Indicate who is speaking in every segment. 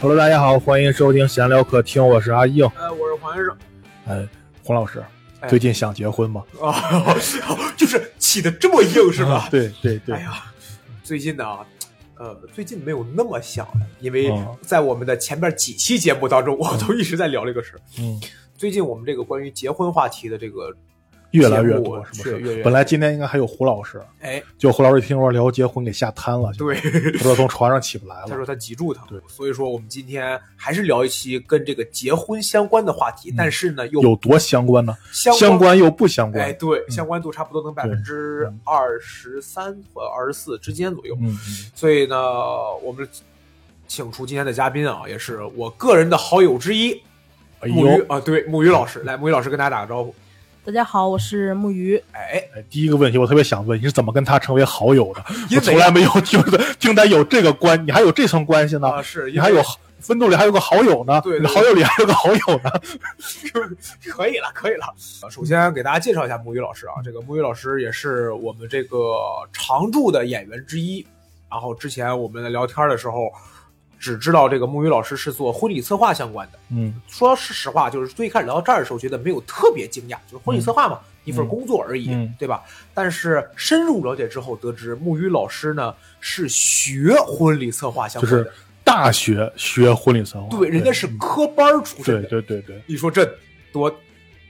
Speaker 1: Hello，大家好，欢迎收听闲聊客厅，我是阿硬。
Speaker 2: 呃，我是黄 先生
Speaker 1: 哎，洪老师，
Speaker 2: 哎
Speaker 1: 最近想结婚吗？
Speaker 2: 啊，就是起的这么硬是 吧？
Speaker 1: 对对对
Speaker 2: 哎，呀，最近呢、呃，最近没有那么想了，因为
Speaker 1: 嗯
Speaker 2: 在我们的前边几期节目当中，我都一直在聊这个事儿。
Speaker 1: 嗯，
Speaker 2: 最近我们这个关于结婚话题的这个，
Speaker 1: 越来越多，是不
Speaker 2: 是越来
Speaker 1: 是？
Speaker 2: 越
Speaker 1: 本来今天应该还有胡老师，
Speaker 2: 哎，
Speaker 1: 就胡老师一听说聊结婚给吓瘫了，
Speaker 2: 对，
Speaker 1: 不知道从床上起不来
Speaker 2: 他
Speaker 1: 了
Speaker 2: 说。他脊柱疼
Speaker 1: 对，
Speaker 2: 所以说我们今天还是聊一期跟这个结婚相关的话题，但是呢，又
Speaker 1: 有多相关呢？
Speaker 2: 嗯相
Speaker 1: 相关又不相
Speaker 2: 哎，
Speaker 1: 关。
Speaker 2: 对，相关嗯度差不多能百分之二十三或二十四之间左右。
Speaker 1: 嗯，
Speaker 2: 所以呢，我们请出今天的嘉宾啊，也是我个人的好友之一，
Speaker 1: 哎
Speaker 2: 木鱼
Speaker 1: 呦，
Speaker 2: 啊，对，木鱼老师，来，木鱼老师跟大家打个招呼。
Speaker 3: 大家好，我是木鱼。
Speaker 2: 哎，
Speaker 1: 哎第一个问题我特别想问，你是怎么跟他成为好友的？我
Speaker 2: 因为
Speaker 1: 从来没有 听听他有这个关，你还有这层关系呢
Speaker 2: 啊，？是，
Speaker 1: 你还有分度里还有个好友呢？
Speaker 2: 对对
Speaker 1: 你的好友里还有个好友呢？
Speaker 2: 可以了，可以了。首先给大家介绍一下木鱼老师啊，这个木鱼老师也是我们这个常驻的演员之一。然后之前我们聊天的时候，只知道这个木鱼老师是做婚礼策划相关的。
Speaker 1: 嗯
Speaker 2: 说是实话，就是最开始聊到这儿的时候，觉得没有特别惊讶，就是婚礼策划嘛，一份工作而已，
Speaker 1: 嗯
Speaker 2: 对吧？但是深入了解之后，得知木鱼老师呢是学婚礼策划相关
Speaker 1: 就
Speaker 2: 的，
Speaker 1: 是大学学婚礼策划，
Speaker 2: 对，人家是科班儿出
Speaker 1: 对
Speaker 2: 身的。
Speaker 1: 对对对，
Speaker 2: 你说这多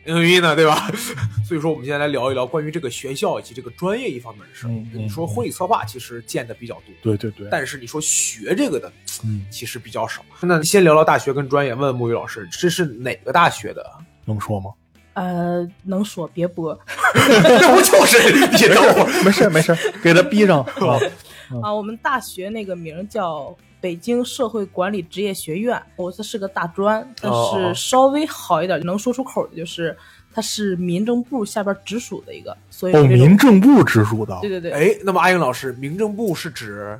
Speaker 2: 牛逼呢，对吧？ 所以说，我们今天来聊一聊关于这个学校以及这个专业一方面的事儿。
Speaker 1: 嗯嗯
Speaker 2: 你说婚礼策划其实见的比较多，
Speaker 1: 对对对，
Speaker 2: 但是你说学这个的
Speaker 1: 嗯，
Speaker 2: 其实比较少。那先聊聊大学跟专业，问问木鱼老师，这是哪个大学的？
Speaker 1: 能说吗？
Speaker 3: 呃，能说别播
Speaker 2: 这不就是你等会儿？
Speaker 1: 没事没事，给他逼 上。啊
Speaker 3: 啊，我们大学那个名儿叫北京社会管理职业学院，我这是个大专，但
Speaker 2: 哦
Speaker 3: 是稍微好一点，能说出口的就是它是民政部下边直属的一个，所以
Speaker 1: 哦，
Speaker 3: 我这种
Speaker 1: 民政部直属的
Speaker 3: 对，对对，
Speaker 2: 哎，那么阿英老师，民政部是指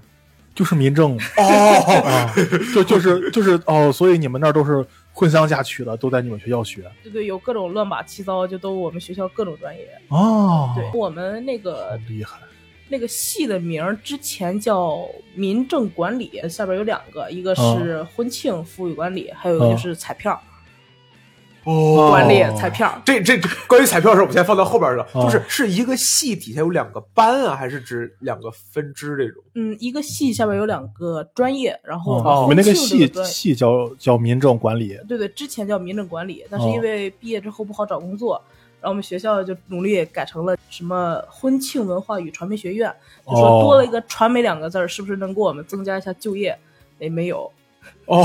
Speaker 1: 就是民政
Speaker 2: 哦，
Speaker 1: 啊，就就是就是哦，所以你们那儿都是混乡下去的，都在你们学校学
Speaker 3: 对对有各种乱八七糟，就都我们学校各种专业。
Speaker 1: 哦，
Speaker 3: 对，我们那个
Speaker 1: 厉害，
Speaker 3: 那个系的名儿之前叫民政管理，下边有两个，一个是婚庆服务管理，还有一个就是彩票、
Speaker 1: 哦
Speaker 3: 管理彩票。
Speaker 2: 这这这关于彩票的事，我们先放到后边儿了。
Speaker 1: 哦
Speaker 2: 就是是一个系底下有两个班啊，还是指两个分支这种？
Speaker 3: 嗯，一个系下边有两个专业，然后
Speaker 1: 哦，你们
Speaker 3: 们
Speaker 1: 那个
Speaker 3: 婚庆这
Speaker 1: 系
Speaker 3: 专业
Speaker 1: 系叫叫民政管理，
Speaker 3: 对对，之前叫民政管理，但是
Speaker 1: 哦
Speaker 3: 因为毕业之后不好找工作，然后我们学校就努力改成了什么婚庆文化与传媒学院，就
Speaker 1: 哦
Speaker 3: 说多了一个“传媒”两个字儿，是不是能给我们增加一下就业？也没有，
Speaker 2: 哦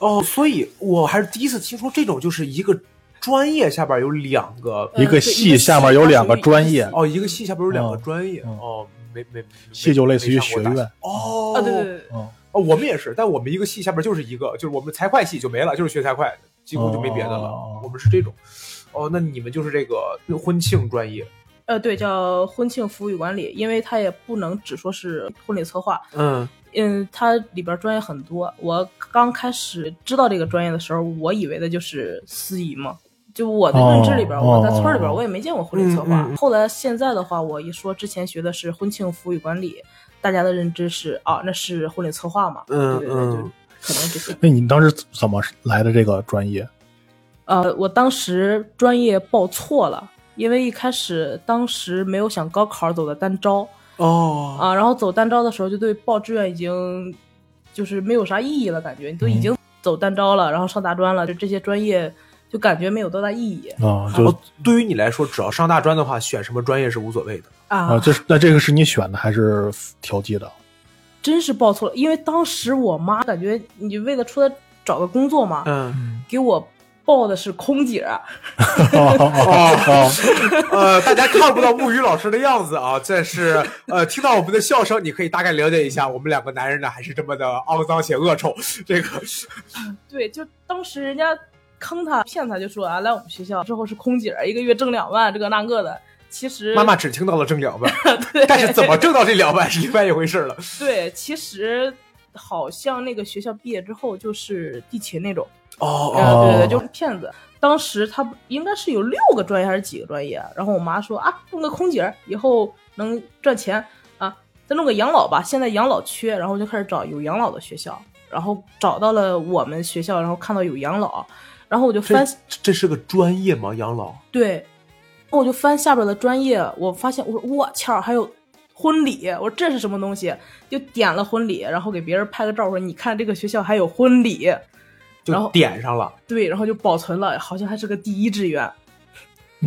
Speaker 2: 哦，所以我还是第一次听说这种，就是一个专业下边有两个
Speaker 1: 一
Speaker 3: 呃
Speaker 1: 个
Speaker 3: 对一
Speaker 1: 系
Speaker 3: 个
Speaker 1: 下
Speaker 3: 系
Speaker 1: 面有
Speaker 3: 它
Speaker 1: 两
Speaker 3: 属
Speaker 1: 个
Speaker 3: 于一
Speaker 1: 专
Speaker 3: 个
Speaker 1: 业
Speaker 3: 系，
Speaker 2: 哦，一个系下边有两个
Speaker 1: 嗯
Speaker 2: 专业
Speaker 1: 嗯
Speaker 2: 哦，没没没
Speaker 1: 系就类似于学
Speaker 2: 没上过大
Speaker 1: 院
Speaker 2: 哦
Speaker 3: 啊，对对对，
Speaker 1: 嗯，
Speaker 2: 哦，我们也是，但我们一个系下边就是一个，就是我们财会系就没了，就是学财会，几乎就没别的了。
Speaker 1: 哦
Speaker 2: 我们是这种。哦，那你们就是这个婚庆专业，
Speaker 3: 呃，对，叫婚庆服务与管理，因为它也不能只说是婚礼策划，
Speaker 2: 嗯，
Speaker 3: 嗯，它里边专业很多。我刚开始知道这个专业的时候，我以为的就是司仪嘛，就我的认知里边，
Speaker 1: 哦
Speaker 3: 我在村儿里边
Speaker 1: 哦
Speaker 3: 我也没见过婚礼策划。
Speaker 2: 嗯嗯嗯
Speaker 3: 后来现在的话，我一说之前学的是婚庆服务与管理，大家的认知是啊，那是婚礼策划嘛，
Speaker 2: 嗯
Speaker 3: 对对对，就
Speaker 2: 嗯
Speaker 3: 可能这些。
Speaker 1: 那你当时怎么来的这个专业？
Speaker 3: 呃，我当时专业报错了，因为一开始当时没有想高考走的单招。
Speaker 2: 哦，
Speaker 3: 啊，然后走单招的时候就对报志愿已经就是没有啥意义了，感觉你
Speaker 2: 嗯
Speaker 3: 都已经走单招了，然后上大专了，就这些专业就感觉没有多大意义
Speaker 1: 啊，就
Speaker 2: 哦，对于你来说，只要上大专的话，选什么专业是无所谓的。
Speaker 3: 啊
Speaker 1: 啊，这是那这个是你选的还是调剂的？
Speaker 3: 真是报错了，因为当时我妈感觉你为了出来找个工作嘛，
Speaker 2: 嗯，
Speaker 3: 给我报的是空姐，啊
Speaker 1: 哦，
Speaker 2: 呃，大家看不到木鱼老师的样子啊，这是呃，听到我们的笑声，你可以大概了解一下，我们两个男人呢还是这么的肮脏且恶臭。这个
Speaker 3: 对，就当时人家坑她骗她，就说啊来我们学校之后是空姐，一个月挣两万，这个那个的。其实
Speaker 2: 妈妈只听到了挣两万，
Speaker 3: 对，
Speaker 2: 但是怎么挣到这两万是另外一回事了。
Speaker 3: 对，其实好像那个学校毕业之后就是地勤那种，
Speaker 1: 哦
Speaker 3: 啊，对对，
Speaker 1: 哦，
Speaker 3: 就是骗子。当时他应该是有六个专业还是几个专业啊？然后我妈说啊，弄个空姐儿以后能赚钱啊，再弄个养老吧，现在养老缺，然后就开始找有养老的学校，然后找到了我们学校，然后看到有养老，然后我就
Speaker 2: 这
Speaker 3: 翻
Speaker 2: 这是个专业吗？养老？
Speaker 3: 对，然后我就翻下边的专业，我发现我说我操，还有婚礼，我说这是什么东西？就点了婚礼，然后给别人拍个照，我说你看这个学校还有婚礼，然
Speaker 2: 就
Speaker 3: 后
Speaker 2: 点上了。
Speaker 3: 对，然后就保存了，好像还是个第一志愿。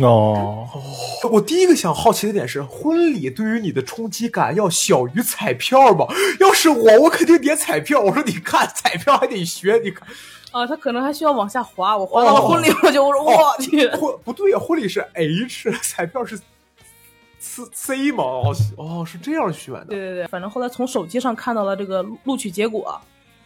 Speaker 1: 哦，
Speaker 2: 我第一个想好奇的点是，婚礼对于你的冲击感要小于彩票吧？ 要是我，我肯定点彩票。我说你看彩票还得学，你看
Speaker 3: 啊，他可能还需要往下滑，我滑到了
Speaker 2: 哦
Speaker 3: 婚礼，我就我说
Speaker 2: 哦
Speaker 3: 我去，
Speaker 2: 婚不对呀、婚礼是 H，彩票是 C C 吗？哦哦，是这样选
Speaker 3: 对
Speaker 2: 的。
Speaker 3: 对对，反正后来从手机上看到了这个录录取结果，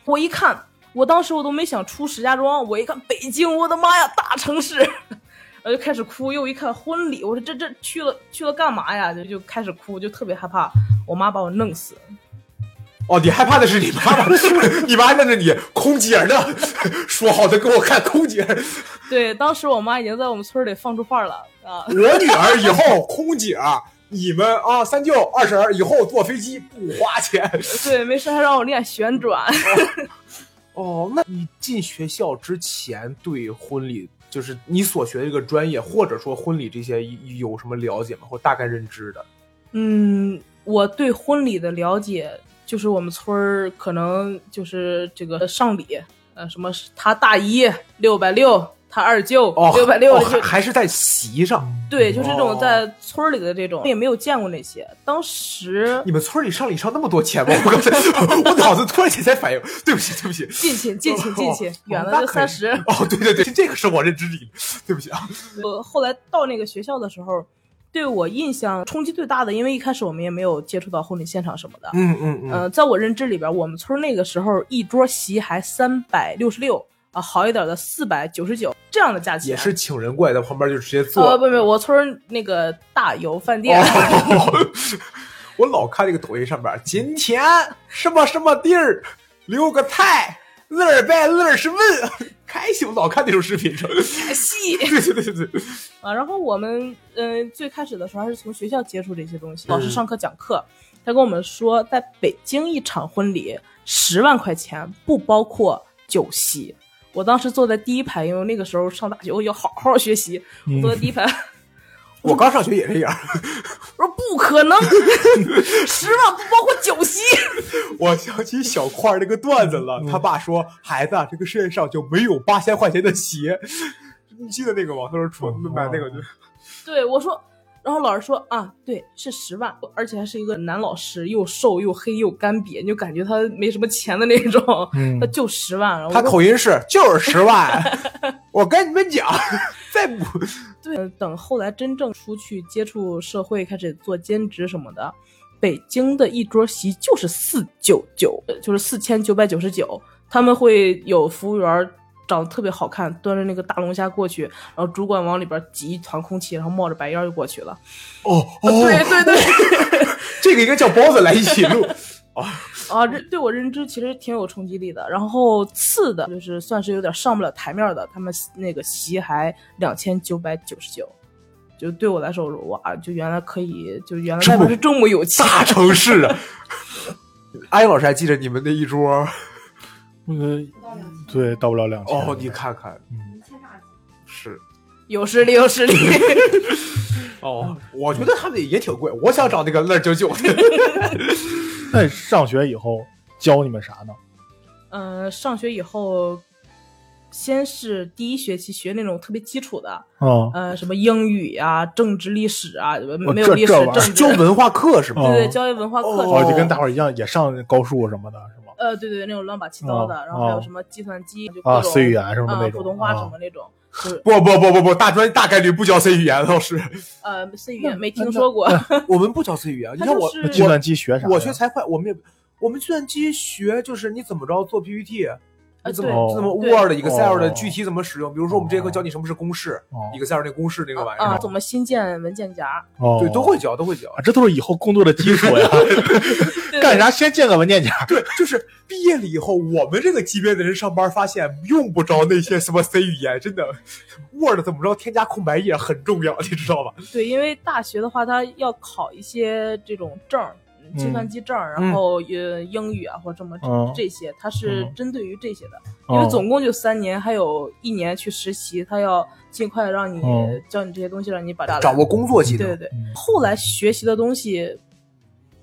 Speaker 3: 我一看，我当时我都没想出石家庄，我一看北京，我的妈呀，大城市， 然后就开始哭，又一看婚礼，我说这这去了去了干嘛呀？就就开始哭，就特别害怕，我妈把我弄死，
Speaker 2: 哦，你害怕的是你妈妈，你妈认着你空姐呢， 说好的给我看空姐。
Speaker 3: 对，当时我妈已经在我们村里放出话了啊，
Speaker 2: 我女儿以后空姐，你们啊三舅二婶儿以后坐飞机不花钱。
Speaker 3: 对，没事还让我练旋转，
Speaker 2: 哦，那你进学校之前对婚礼，就是你所学的这个专业，或者说婚礼这些有有什么了解吗？或大概认知的？
Speaker 3: 嗯，我对婚礼的了解就是我们村儿可能就是这个上礼，呃，什么是他大姨六百六，他二舅
Speaker 2: 哦，
Speaker 3: 六百六
Speaker 2: 哦，
Speaker 3: 就
Speaker 2: 还还是在席上。
Speaker 3: 对，就是这
Speaker 2: 哦
Speaker 3: 种在村儿里的这种，也没有见过那些。当时
Speaker 2: 你们村里上礼上那么多钱吗？ 我刚才我脑子突然间才反应，对不起，对不起。
Speaker 3: 近亲近亲近亲
Speaker 2: 哦，
Speaker 3: 远了
Speaker 2: 那
Speaker 3: 就
Speaker 2: 可以
Speaker 3: 三十。
Speaker 2: 哦，对对对，这个是我认知里的，对不起啊。
Speaker 3: 我后来到那个学校的时候，对我印象冲击最大的，因为一开始我们也没有接触到婚礼现场什么的。
Speaker 2: 嗯嗯嗯。
Speaker 3: 呃，在我认知里边，我们村儿那个时候一桌席还三百六十六啊，好一点的四百九十九这样的价钱。
Speaker 2: 也是请人过来，在旁边就直接坐。
Speaker 3: 呃，不不，我村儿那个大油饭店，
Speaker 2: 哦， 我老看那个抖音上边，今天什么什么地儿留个菜，那儿拜那儿是问，开心，我老看那种视频。
Speaker 3: 戏
Speaker 2: 对对对对对，
Speaker 3: 啊。然后我们嗯、呃最开始的时候还是从学校接触这些东西，老
Speaker 2: 嗯
Speaker 3: 师上课讲课，他跟我们说，在北京一场婚礼十万块钱不包括酒席。我当时坐在第一排，因为那个时候上大学，我要好好学习，我
Speaker 2: 嗯
Speaker 3: 坐在第一排。
Speaker 2: 我刚上学也这样，
Speaker 3: 我说不可能， 十万不包括酒席。
Speaker 2: 我想起小块儿那个段子了，他爸说：“孩子，啊这个世界上就没有八千块钱的鞋。”你记得那个吗？他说出
Speaker 1: 嗯
Speaker 2: 买那个就
Speaker 3: 对我说，然后老师说啊，对，是十万，而且还是一个男老师，又瘦又黑又干瘪，你就感觉他没什么钱的那种，
Speaker 1: 嗯
Speaker 3: 他就十万。然后
Speaker 2: 他
Speaker 3: 我说
Speaker 2: 口音是就是十万。 我跟你们讲，再不
Speaker 3: 对，等后来真正出去接触社会，开始做兼职什么的，北京的一桌席就是四九九，呃就是四千九百九十九，他们会有服务员儿。长得特别好看，端着那个大龙虾过去，然后主管往里边挤一团空气，然后冒着白烟儿就过去了。
Speaker 2: 哦
Speaker 3: 对
Speaker 2: 哦，
Speaker 3: 对对，
Speaker 2: 这个应该叫包子来一起 录。
Speaker 3: 啊，这对我认知其实挺有冲击力的。然后次的就是算是有点上不了台面的，他们那个席还两千九百九十九，就对我来说，我说哇，就原来可以，就原来
Speaker 2: 这么
Speaker 3: 外面是这么有钱。
Speaker 2: 大城市 啊。阿英老师还记得你们那一桌
Speaker 1: 那个对，到不了两千
Speaker 2: 哦，你看看是
Speaker 3: 有实力，有实力。
Speaker 2: 哦，我觉得他们也挺贵，我想找那个那 九九。
Speaker 1: 那上学以后教你们啥呢？
Speaker 3: 嗯、上学以后，先是第一学期学那种特别基础的，
Speaker 1: 啊，
Speaker 3: 呃，什么英语呀、政治历史啊，没有
Speaker 1: 哦这
Speaker 3: 历史
Speaker 1: 这玩意儿
Speaker 3: 政治
Speaker 2: 教，文化课是吗？
Speaker 1: 哦
Speaker 3: 对对，教育文化课什么
Speaker 1: 哦，
Speaker 3: 的。
Speaker 1: 就跟大伙儿一样，也上高数什么的，是吗？
Speaker 3: 呃，对对，对那种乱八七糟的，
Speaker 1: 哦
Speaker 3: 然后还有
Speaker 1: 哦
Speaker 3: 什么计算机，就
Speaker 1: 啊
Speaker 3: 各种
Speaker 1: ，C 语言什么的
Speaker 3: 啊
Speaker 1: 那种
Speaker 3: 普通话
Speaker 1: 啊
Speaker 3: 什么那种，就是
Speaker 2: 不不不不不，大专大概率不教 C 语言，老师，
Speaker 3: 呃 ，C 语言没听说过，
Speaker 2: 我们不教 C 语言。你
Speaker 3: 它
Speaker 2: 看
Speaker 3: 就
Speaker 2: 我
Speaker 1: 那
Speaker 3: 是
Speaker 1: 计算机学啥呀？
Speaker 2: 我学财会，我们也我们计算机学就是你怎么着做 PPT，
Speaker 3: 呃
Speaker 2: 怎
Speaker 3: 对
Speaker 2: 么怎么
Speaker 3: 对
Speaker 2: Word Excel 的
Speaker 1: 哦
Speaker 2: 具体怎么使用？比如说我们这节课教你什么是公式
Speaker 1: 哦
Speaker 2: ，Excel 那公式那个玩意
Speaker 3: 啊，
Speaker 2: 儿，
Speaker 3: 怎么新建文件夹？
Speaker 1: 哦，
Speaker 2: 对，都会教，都会教
Speaker 1: 啊，。这都是以后工作的基础呀。 干啥先建个文件夹，
Speaker 2: 对，就是毕业了以后，我们这个级别的人上班发现用不着那些什么 C 语言，真的 Word 怎么着添加空白页很重要，你知道吧？
Speaker 3: 对，因为大学的话，它要考一些这种证儿，嗯计算机证儿，然后呃英语啊或者什么这
Speaker 1: 嗯
Speaker 3: 这些，它是
Speaker 1: 嗯
Speaker 3: 针对于这些的。因为
Speaker 1: 哦
Speaker 3: 总共就三年，还有一年去实习，他要尽快让你
Speaker 1: 哦
Speaker 3: 教你这些东西，让你把它
Speaker 2: 掌握工作技
Speaker 3: 对对
Speaker 2: 能，
Speaker 3: 对
Speaker 1: 嗯，
Speaker 3: 后来学习的东西，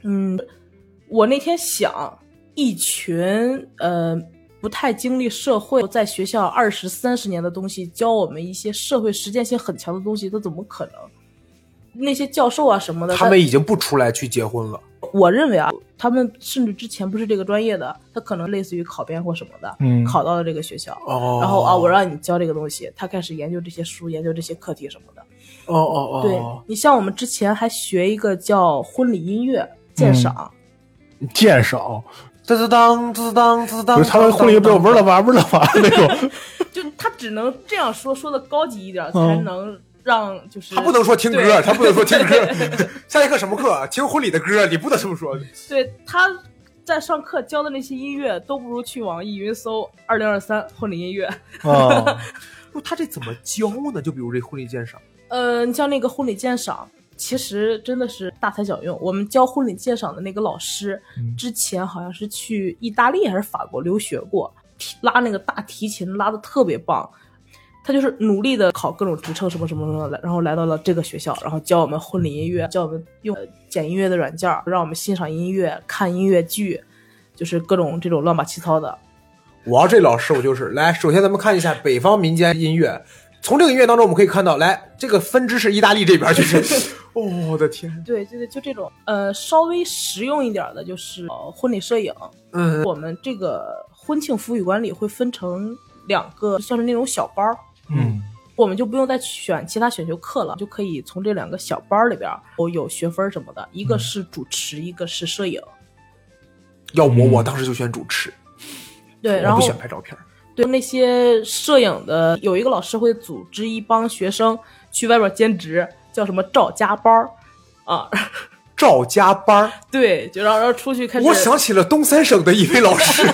Speaker 3: 嗯，我那天想，一群呃不太经历社会，在学校二十三十年的东西，教我们一些社会实践性很强的东西，他怎么可能？那些教授啊什么的，
Speaker 2: 他们已经不出来去结婚了。
Speaker 3: 我认为啊，他们甚至之前不是这个专业的，他可能类似于考编或什么的，
Speaker 1: 嗯
Speaker 3: 考到了这个学校，
Speaker 2: 哦，
Speaker 3: 然后啊，我让你教这个东西，他开始研究这些书，研究这些课题什么的。
Speaker 2: 哦哦
Speaker 3: 对
Speaker 2: 哦，
Speaker 3: 你像我们之前还学一个叫婚礼音乐鉴赏，
Speaker 2: 嗯
Speaker 1: 鉴赏，
Speaker 2: 滋滋当滋滋当滋滋
Speaker 3: 啊
Speaker 2: 当，
Speaker 1: 不是他们婚礼不是玩了吧玩了吧那种，
Speaker 3: 就他只能这样说，说的高级一点，
Speaker 1: 嗯
Speaker 3: 才能让就是
Speaker 2: 他不能说听歌，
Speaker 3: 对
Speaker 2: 他不能说听歌。下一课什么课？啊听婚礼的歌，你不能这么说。
Speaker 3: 对他在上课教的那些音乐，都不如去网易云搜二零二三婚礼音乐。
Speaker 1: 啊，
Speaker 2: 不是，他这怎么教呢？就比如这婚礼鉴赏，
Speaker 3: 呃，你像那个婚礼鉴赏，其实真的是大材小用。我们教婚礼鉴赏的那个老师
Speaker 1: 嗯，
Speaker 3: 之前好像是去意大利还是法国留学过，提拉那个大提琴拉的特别棒。他就是努力的考各种职称什么什么什么的，然后来到了这个学校，然后教我们婚礼音乐，教我们用呃剪音乐的软件儿，让我们欣赏音乐、看音乐剧，就是各种这种乱八七糟的。
Speaker 2: 我要这老师，我就是来。首先，咱们看一下北方民间音乐。从这个音乐当中，我们可以看到，来这个分支是意大利这边，就是， 哦，我的天，
Speaker 3: 对对对，就这种呃稍微实用一点儿的，就是、呃、婚礼摄影，
Speaker 2: 嗯，
Speaker 3: 我们这个婚庆服务与管理会分成两个，像是那种小班儿，
Speaker 1: 嗯
Speaker 3: 我们就不用再选其他选修课了，就可以从这两个小班儿里边儿我有学分儿什么的，一个是主持，一个是摄影。
Speaker 2: 要我，
Speaker 1: 嗯
Speaker 2: 我当时就选主持，
Speaker 3: 对，
Speaker 2: 嗯
Speaker 3: 然
Speaker 2: 我不
Speaker 3: 后
Speaker 2: 喜欢拍照片。
Speaker 3: 对那些摄影的，有一个老师会组织一帮学生去外边儿兼职，叫什么照家班儿啊，
Speaker 2: 赵家班儿，
Speaker 3: 对，就然后然后出去开始，
Speaker 2: 我想起了东三省的一位老师，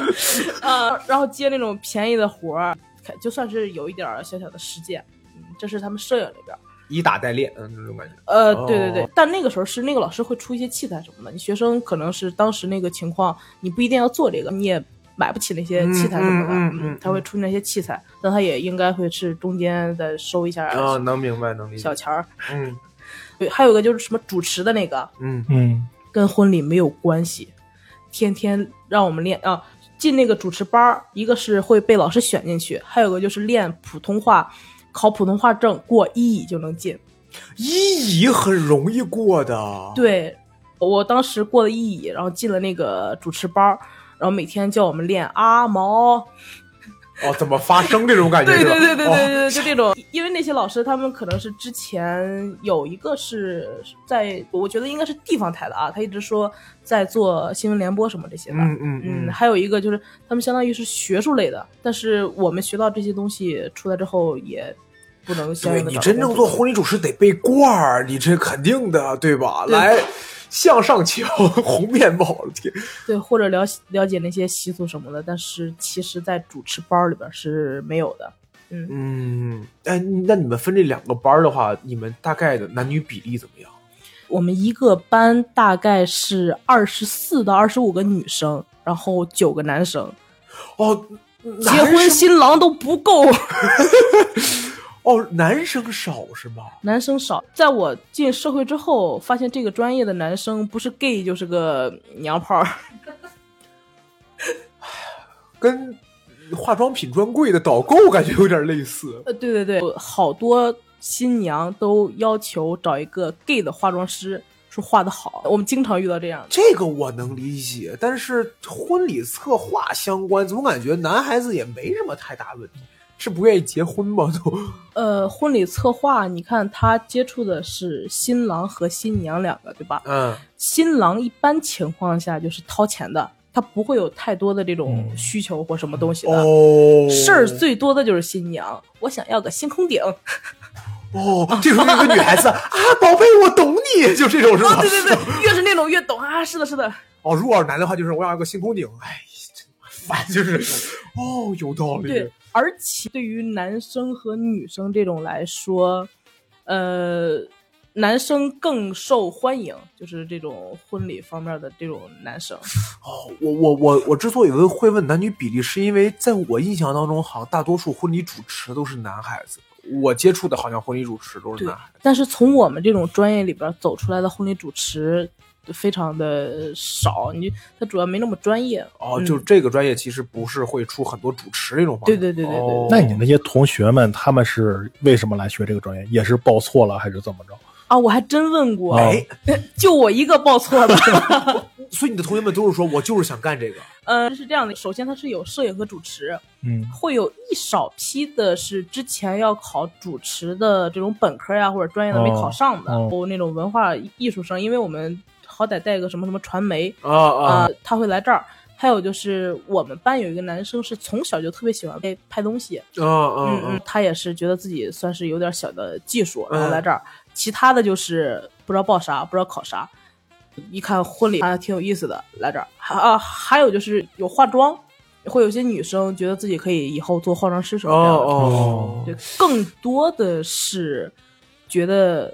Speaker 3: 啊，然后接那种便宜的活儿，就算是有一点儿小小的实践，嗯，这是他们摄影里边儿。
Speaker 2: 以打代练，嗯，这种感觉。
Speaker 3: 呃，对对对，
Speaker 2: 哦
Speaker 3: 但那个时候是那个老师会出一些器材什么的，你学生可能是当时那个情况，你不一定要做这个，你也买不起那些器材什
Speaker 2: 嗯嗯
Speaker 3: 么的，
Speaker 2: 嗯嗯嗯
Speaker 3: 他会出那些器材，但他也应该会是中间再收一下
Speaker 2: 啊，能明白，能理解
Speaker 3: 小。钱儿。
Speaker 2: 嗯
Speaker 3: 对，还有一个就是什么主持的那个，
Speaker 2: 嗯，
Speaker 1: 嗯
Speaker 3: 跟婚礼没有关系，天天让我们练啊。进那个主持班儿，一个是会被老师选进去，还有个就是练普通话，考普通话证过一乙就能进。
Speaker 2: 一乙很容易过的。
Speaker 3: 对，我当时过了一乙，然后进了那个主持班儿，然后每天叫我们练阿毛，
Speaker 2: 哦，怎么发声这种感觉？
Speaker 3: 对
Speaker 2: 是吧
Speaker 3: 对对对对
Speaker 2: 哦
Speaker 3: 对，对，就这种。因为那些老师他们可能是之前有一个是在，我觉得应该是地方台的啊，他一直说在做新闻联播什么这些的。
Speaker 2: 嗯嗯
Speaker 3: 嗯，
Speaker 2: 嗯，
Speaker 3: 还有一个就是他们相当于是学术类的，但是我们学到这些东西出来之后也不能相
Speaker 2: 对
Speaker 3: 应的
Speaker 2: 你真正做婚礼主持得背罐儿，你这肯定的，对吧？
Speaker 3: 对
Speaker 2: 来，向上瞧，红面包了，天，
Speaker 3: 对或者了了解那些习俗什么的，但是其实在主持班儿里边是没有的。嗯，
Speaker 2: 嗯，哎，那你们分这两个班儿的话，你们大概的男女比例怎么样？
Speaker 3: 我们一个班大概是二十四到二十五个女生，然后九个男生，
Speaker 2: 哦，
Speaker 3: 结
Speaker 2: 男
Speaker 3: 婚
Speaker 2: 生
Speaker 3: 新郎都不够，
Speaker 2: 哦，男生少是吗？
Speaker 3: 男生少。在我进社会之后，发现这个专业的男生不是 gay 就是个娘炮儿。
Speaker 2: 跟化妆品专柜的导购感觉有点类似。
Speaker 3: 呃，对对对，我好多新娘都要求找一个 gay 的化妆师，说画的好。我们经常遇到这样的。
Speaker 2: 这个我能理解，但是婚礼策划相关，总感觉男孩子也没什么太大问题，是不愿意结婚吗？都
Speaker 3: 呃，婚礼策划，你看他接触的是新郎和新娘两个，对吧？
Speaker 2: 嗯，
Speaker 3: 新郎一般情况下就是掏钱的，他不会有太多的这种需求或什么东西的。
Speaker 2: 嗯哦，
Speaker 3: 事儿最多的就是新娘，我想要个星空顶。
Speaker 2: 哦，这时候就有个女孩 子啊，宝贝，我懂你，就这 种是
Speaker 3: 啊、
Speaker 2: 吧？
Speaker 3: 对对对，越是那种越懂啊，是的，是的，
Speaker 2: 哦，如果要是男的话，就是我想要个星空顶，哎，真烦，就是 哦，有道理。
Speaker 3: 对。而且对于男生和女生这种来说，呃，男生更受欢迎，就是这种婚礼方面的这种男生。
Speaker 2: 哦，我我我我之所以问会问男女比例，是因为在我印象当中，好像大多数婚礼主持都是男孩子。我接触的好像婚礼主持都是
Speaker 3: 对
Speaker 2: 男孩子。，
Speaker 3: 但是从我们这种专业里边走出来的婚礼主持非常的少，你他主要没那么专业。
Speaker 2: 哦，
Speaker 3: 嗯
Speaker 2: 就这个专业其实不是会出很多主持这种方
Speaker 3: 对
Speaker 2: 面。
Speaker 3: 对对对对
Speaker 2: 哦
Speaker 1: 那你那些同学们，他们是为什么来学这个专业？也是报错了还是怎么着？
Speaker 3: 啊，我还真问过，
Speaker 1: 哦
Speaker 2: 哎，
Speaker 3: 就我一个报错的。
Speaker 2: 所以你的同学们都是说我就是想干这个。
Speaker 3: 呃，是这样的，首先它是有摄影和主持，
Speaker 1: 嗯，
Speaker 3: 会有一少批的是之前要考主持的这种本科呀、或者专业的没考上的，
Speaker 1: 哦哦
Speaker 3: 然后那种文化艺术生，因为我们好歹带个什么什么传媒
Speaker 2: 啊啊
Speaker 3: 啊、他会来这儿。还有就是我们班有一个男生是从小就特别喜欢拍拍东西，
Speaker 2: 啊啊
Speaker 3: 嗯
Speaker 2: 啊！
Speaker 3: 嗯，他也是觉得自己算是有点小的技术，
Speaker 2: 嗯
Speaker 3: 然后来这儿。其他的就是不知道报啥，不知道考啥。一看婚礼还挺有意思的，来这儿。还啊，还有就是有化妆，会有些女生觉得自己可以以后做化妆师什
Speaker 2: 哦
Speaker 3: 么这样的。
Speaker 2: 哦，
Speaker 3: 对，更多的是觉得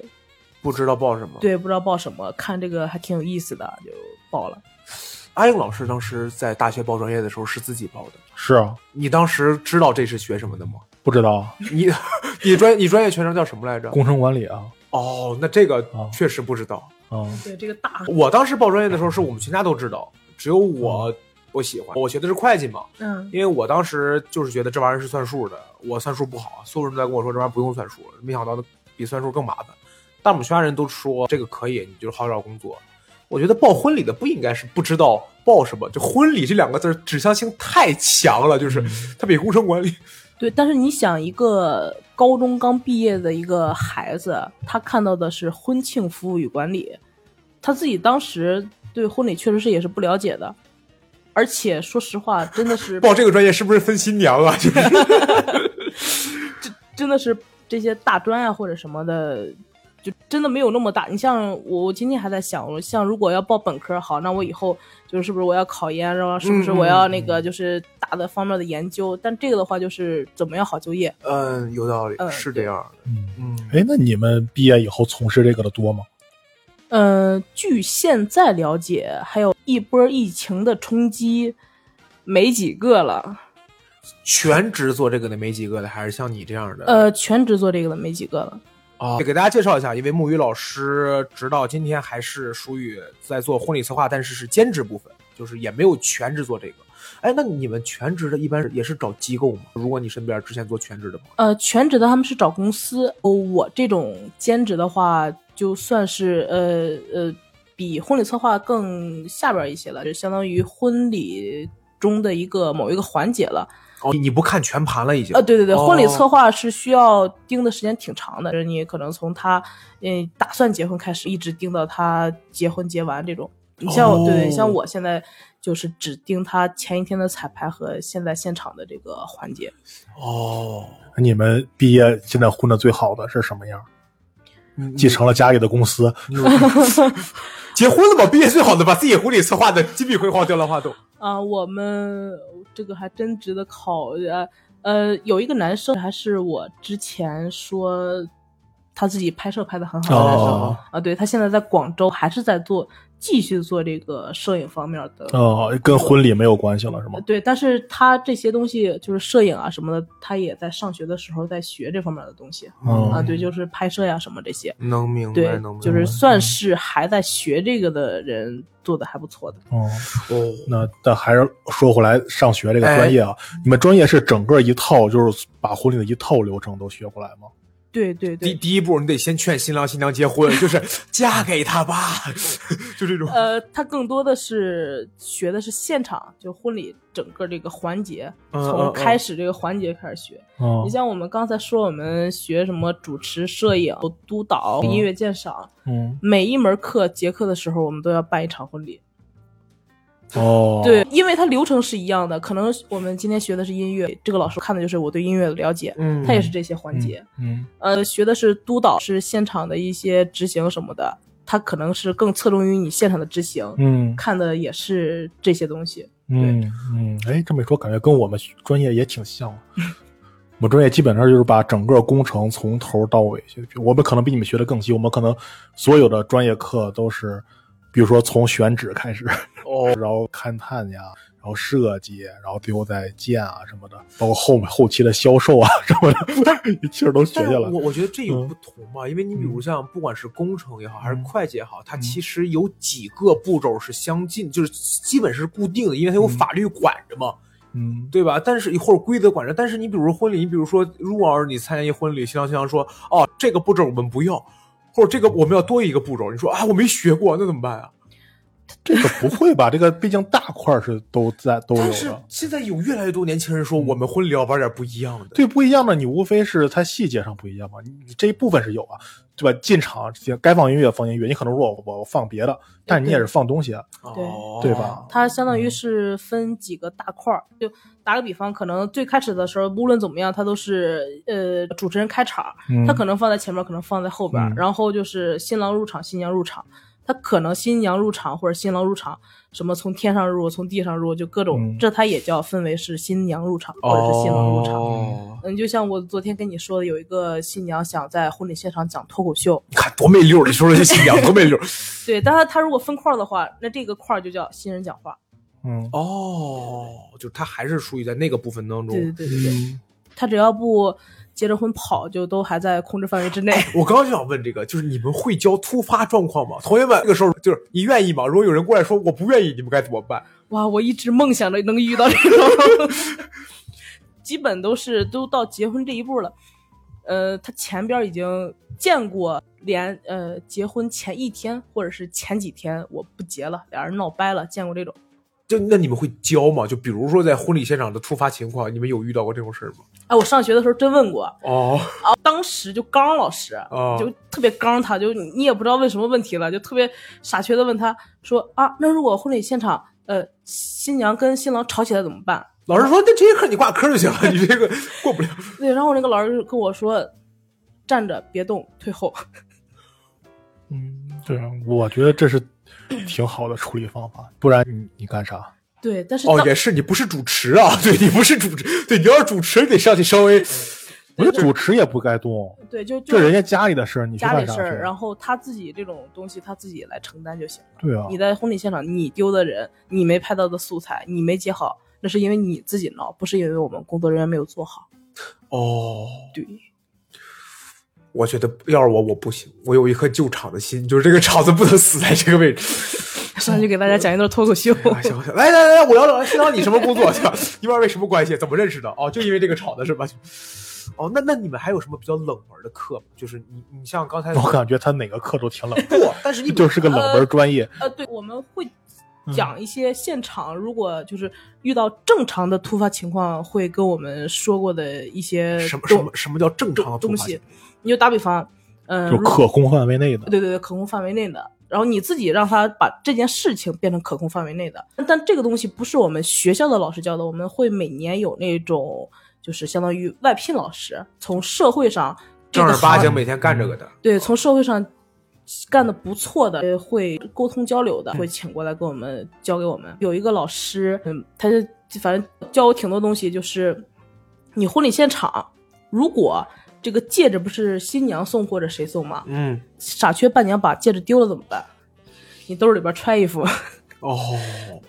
Speaker 2: 不知道报什么。，
Speaker 3: 对不知道报什么，看这个还挺有意思的，就报了。
Speaker 2: 阿英老师当时在大学报专业的时候是自己报的。
Speaker 1: 是啊，
Speaker 2: 你当时知道这是学什么 的吗？
Speaker 1: 不知道啊
Speaker 2: 你 你专你专业全称叫什么来着？
Speaker 1: 工程管理啊，
Speaker 2: 哦，那这个
Speaker 1: 哦
Speaker 2: 确实不知道。
Speaker 1: 嗯，
Speaker 3: 对这个大，
Speaker 2: 我当时报专业的时候，是我们全家都知道，只有我不喜欢。我学的是会计嘛，
Speaker 3: 嗯，
Speaker 2: 因为我当时就是觉得这玩意儿是算数的，我算数不好，所有人都在跟我说这玩意儿不用算数，没想到比算数更麻烦。但我们全家人都说这个可以，你就好好找工作。我觉得报婚礼的不应该是不知道报什么，就婚礼这两个字儿指向性太强了，就是它比工程管理
Speaker 3: 对，但是你想，一个高中刚毕业的一个孩子，他看到的是婚庆服务与管理，他自己当时对婚礼确实是也是不了解的，而且说实话，真 的是
Speaker 2: 报这个专业是不是分新娘啊？就是
Speaker 3: 真的是这些大专啊或者什么的，就真的没有那么大。你像我，我今天还在想，我像如果要报本科，好，那我以后就是不是我要考研，然后是不是
Speaker 2: 嗯嗯
Speaker 3: 我要那个就是大的方面的研究？但这个的话，就是怎么样好就业？
Speaker 2: 嗯，有道理，
Speaker 3: 嗯
Speaker 2: 是这样的。
Speaker 1: 嗯，
Speaker 2: 嗯，
Speaker 1: 哎，那你们毕业以后从事这个的多吗？
Speaker 3: 嗯，据现在了解，还有一波疫情的冲击，没几个了。
Speaker 2: 全职做这个的没几个的，还是像你这样的。
Speaker 3: 呃，全职做这个的没几个了。
Speaker 2: 啊，给大家介绍一下，因为木鱼老师直到今天还是属于在做婚礼策划，但是是兼职部分，就是也没有全职做这个。哎，那你们全职的一般是也是找机构吗？如果你身边之前做全职的吗？
Speaker 3: 呃，全职的他们是找公司，哦我这种兼职的话，就算是呃呃，比婚礼策划更下边一些了，就相当于婚礼中的一个某一个环节了。
Speaker 2: 哦，你不看全盘了已经？
Speaker 3: 啊，对对对，
Speaker 2: 哦
Speaker 3: 婚礼策划是需要盯的时间挺长的，就是你可能从他嗯打算结婚开始，一直盯到他结婚结完这种。你像我，对对，
Speaker 2: 哦
Speaker 3: 像我现在就是只盯他前一天的彩排和现在现场的这个环节。
Speaker 2: 哦，
Speaker 1: 你们毕业现在混的最好的是什么样？
Speaker 2: 你
Speaker 1: 继承了家里的公司，
Speaker 2: 结婚了吧？毕业最好的把自己婚礼策划的金碧辉煌、雕梁画栋。
Speaker 3: 啊，我们这个还真值得考呃呃，有一个男生还是我之前说他自己拍摄拍的很好的男生、
Speaker 1: 哦
Speaker 3: 啊，对他现在在广州还是在做继续做这个摄影方面的。
Speaker 1: 哦，跟婚礼没有关系了是吗？
Speaker 3: 对，但是他这些东西就是摄影啊什么的，他也在上学的时候在学这方面的东西、
Speaker 1: 嗯
Speaker 3: 啊，对，就是拍摄呀、什么这些，
Speaker 2: 能哦明
Speaker 3: 对
Speaker 2: 白，能明白，嗯
Speaker 3: 就是算是还在学这个的人做的还不错的。
Speaker 1: 哦，
Speaker 2: 哦。
Speaker 1: 那但还是说回来上学这个专业啊，你们专业是整个一套，就是把婚礼的一套流程都学过来吗？
Speaker 3: 对对
Speaker 2: 第
Speaker 3: 对，
Speaker 2: 第一步，你得先劝新郎新娘结婚，就是 嫁给他吧， 就这种。
Speaker 3: 呃，他更多的是学的是现场，就婚礼整个这个环节，
Speaker 2: 嗯
Speaker 3: 从
Speaker 2: 嗯
Speaker 3: 开
Speaker 2: 嗯
Speaker 3: 始这个环节开始学。
Speaker 1: 哦
Speaker 3: 你，像我们刚才说，我们学什么主持、摄影、督
Speaker 2: 哦
Speaker 3: 导、音乐鉴赏，
Speaker 1: 嗯，
Speaker 3: 每一门课结课的时候，我们都要办一场婚礼。
Speaker 1: 哦，
Speaker 3: 对，因为它流程是一样的，可能我们今天学的是音乐，这个老师看的就是我对音乐的了解，
Speaker 2: 嗯
Speaker 3: 他也是这些环节。
Speaker 1: 嗯，
Speaker 3: 呃，学的是督导，是现场的一些执行什么的，他可能是更侧重于你现场的执行，
Speaker 1: 嗯
Speaker 3: 看的也是这些东西。
Speaker 1: 嗯嗯，哎，这么一说，感觉跟我们专业也挺像。 我们专业基本上就是把整个工程从头到尾学，我们可能比你们学的更细，我们可能所有的专业课都是，比如说从选址开始，
Speaker 2: 哦，
Speaker 1: 然后勘探呀，然后设计，然后最后再建啊什么的，包括后后期的销售啊什么的， 一气儿都学
Speaker 2: 但
Speaker 1: 下
Speaker 2: 是
Speaker 1: 来了。
Speaker 2: 我我觉得这有不同嘛，因为你比如像不管是工程也好，还是会计也好，它其实有几个步骤是相近，就是基本是固定的，因为它有法律管着嘛，
Speaker 1: 嗯
Speaker 2: 对吧？但是或者规则管着，但是你比如婚礼，你比如说，如果要是你参加一婚礼，新郎新娘说哦这个步骤我们不要，或者这个我们要多一个步骤，你说啊我没学过，那怎么办啊？
Speaker 1: 这个不会吧？这个毕竟大块儿是都在都有
Speaker 2: 但是
Speaker 1: 的。
Speaker 2: 现在有越来越多年轻人说，我们婚礼要玩点不一样的。
Speaker 1: 对不一样的，你无非是它细节上不一样嘛，你你这一部分是有啊，对吧？进场该放音乐放音乐，你可能说我我放别的，但是你也是放东西啊。
Speaker 3: 对
Speaker 2: 哦
Speaker 1: 对吧
Speaker 3: 它相当于是分几个大块儿，就打个比方，可能最开始的时候，无论怎么样，它都是呃主持人开场，
Speaker 1: 嗯
Speaker 3: 他可能放在前面，可能放在后边儿，
Speaker 1: 嗯
Speaker 3: 然后就是新郎入场，新娘入场，他可能新娘入场或者新郎入场，什么从天上入，从地上入，就各种，
Speaker 1: 嗯哦
Speaker 3: 这他也叫分为是新娘入场或者是新郎入场。
Speaker 2: 哦，
Speaker 3: 嗯，就像我昨天跟你说的，有一个新娘想在婚礼现场讲脱口秀，
Speaker 2: 你看多没溜儿！你说说这新娘多没溜儿。
Speaker 3: 对，但他他如果分块儿的话，那这个块儿就叫新人讲话。
Speaker 1: 嗯
Speaker 2: 哦，就是他还是属于在那个部分当
Speaker 3: 对对
Speaker 2: 中。
Speaker 3: 对对对，
Speaker 1: 嗯
Speaker 3: 他只要不结着婚跑，就都还在控制范围之内。
Speaker 2: 我刚刚就想问这个，就是你们会教突发状况吗？同学们，这个时候就是你愿意吗？如果有人过来说我不愿意，你们该怎么办？
Speaker 3: 哇，我一直梦想着能遇到这种， 基本都是都到结婚这一步了。呃，他前边已经见过连呃结婚前一天或者是前几天我不结了，俩人闹掰了，见过这种。
Speaker 2: 就那你们会教吗？就比如说在婚礼现场的突发情况，你们有遇到过这种事儿吗？
Speaker 3: 哎，我上学的时候真问过，
Speaker 2: 哦，
Speaker 3: 啊，当时就刚老师，啊
Speaker 2: 哦
Speaker 3: 就特别刚他，就你也不知道问什么问题了，就特别傻缺的问他说啊，那如果婚礼现场呃新娘跟新郎吵起来怎么办？
Speaker 2: 老师说那这一刻你挂科就行了，你这个过不了。
Speaker 3: 对，然后那个老师就跟我说，站着别动，退后。
Speaker 1: 嗯，对啊，我觉得这是挺好的处理方法，不然你你干啥？
Speaker 3: 对，但是
Speaker 2: 哦，
Speaker 3: 当
Speaker 2: 也是你不是主持啊，对你不是主持，对你要是主持，你得上去稍微。
Speaker 1: 我觉得主持也不该动，
Speaker 3: 对就就
Speaker 1: 这人家家里的事儿，你去
Speaker 3: 家
Speaker 1: 干
Speaker 3: 里
Speaker 1: 啥
Speaker 3: 事
Speaker 1: 去
Speaker 3: 儿，然后他自己这种东西他自己来承担就行了。
Speaker 1: 对啊，
Speaker 3: 你在婚礼现场，你丢的人，你没拍到的素材，你没截好，那是因为你自己闹，不是因为我们工作人员没有做好。
Speaker 2: 哦，
Speaker 3: 对，
Speaker 2: 我觉得要是我，我不行，我有一颗救场的心，就是这个场子不能死在这个位置。
Speaker 3: 上去给大家讲一段脱口秀。
Speaker 2: 啊，行行，来来来，我聊聊，新郎你什么工 作？你们二位什么关系？怎么认识的？哦，就因为这个吵的是吧？哦，那那你们还有什么比较冷门的课吗？就是你你像刚才，
Speaker 1: 我感觉他哪个课都挺冷
Speaker 2: 不，但是你 们
Speaker 1: 就是个冷门专业。
Speaker 3: 呃，对，我们会讲一些现场，如果就是遇到正常的突发情况，会跟我们说过的一些
Speaker 2: 什么什
Speaker 3: 东
Speaker 2: 么什么叫正常的突
Speaker 3: 东
Speaker 2: 发
Speaker 3: 西
Speaker 2: 性。
Speaker 3: 你就打比方，嗯、
Speaker 1: 就
Speaker 3: 如
Speaker 1: 可控范围内的，
Speaker 3: 对对对，可控范围内的。然后你自己让他把这件事情变成可控范围内的，但这个东西不是我们学校的老师教的，我们会每年有那种就是相当于外聘老师，从社会上这
Speaker 2: 正
Speaker 3: 个
Speaker 2: 儿八
Speaker 3: 行
Speaker 2: 经每天干这个的。
Speaker 3: 对从社会上干的不错的，呃会沟通交流的，会请过来给我们教给我们。有一个老师，嗯，他就反正教我挺多东西，就是你婚礼现场，如果这个戒指不是新娘送或者谁送吗？
Speaker 2: 嗯，
Speaker 3: 傻缺伴娘把戒指丢了怎么办？你兜里边揣一副。
Speaker 2: 哦，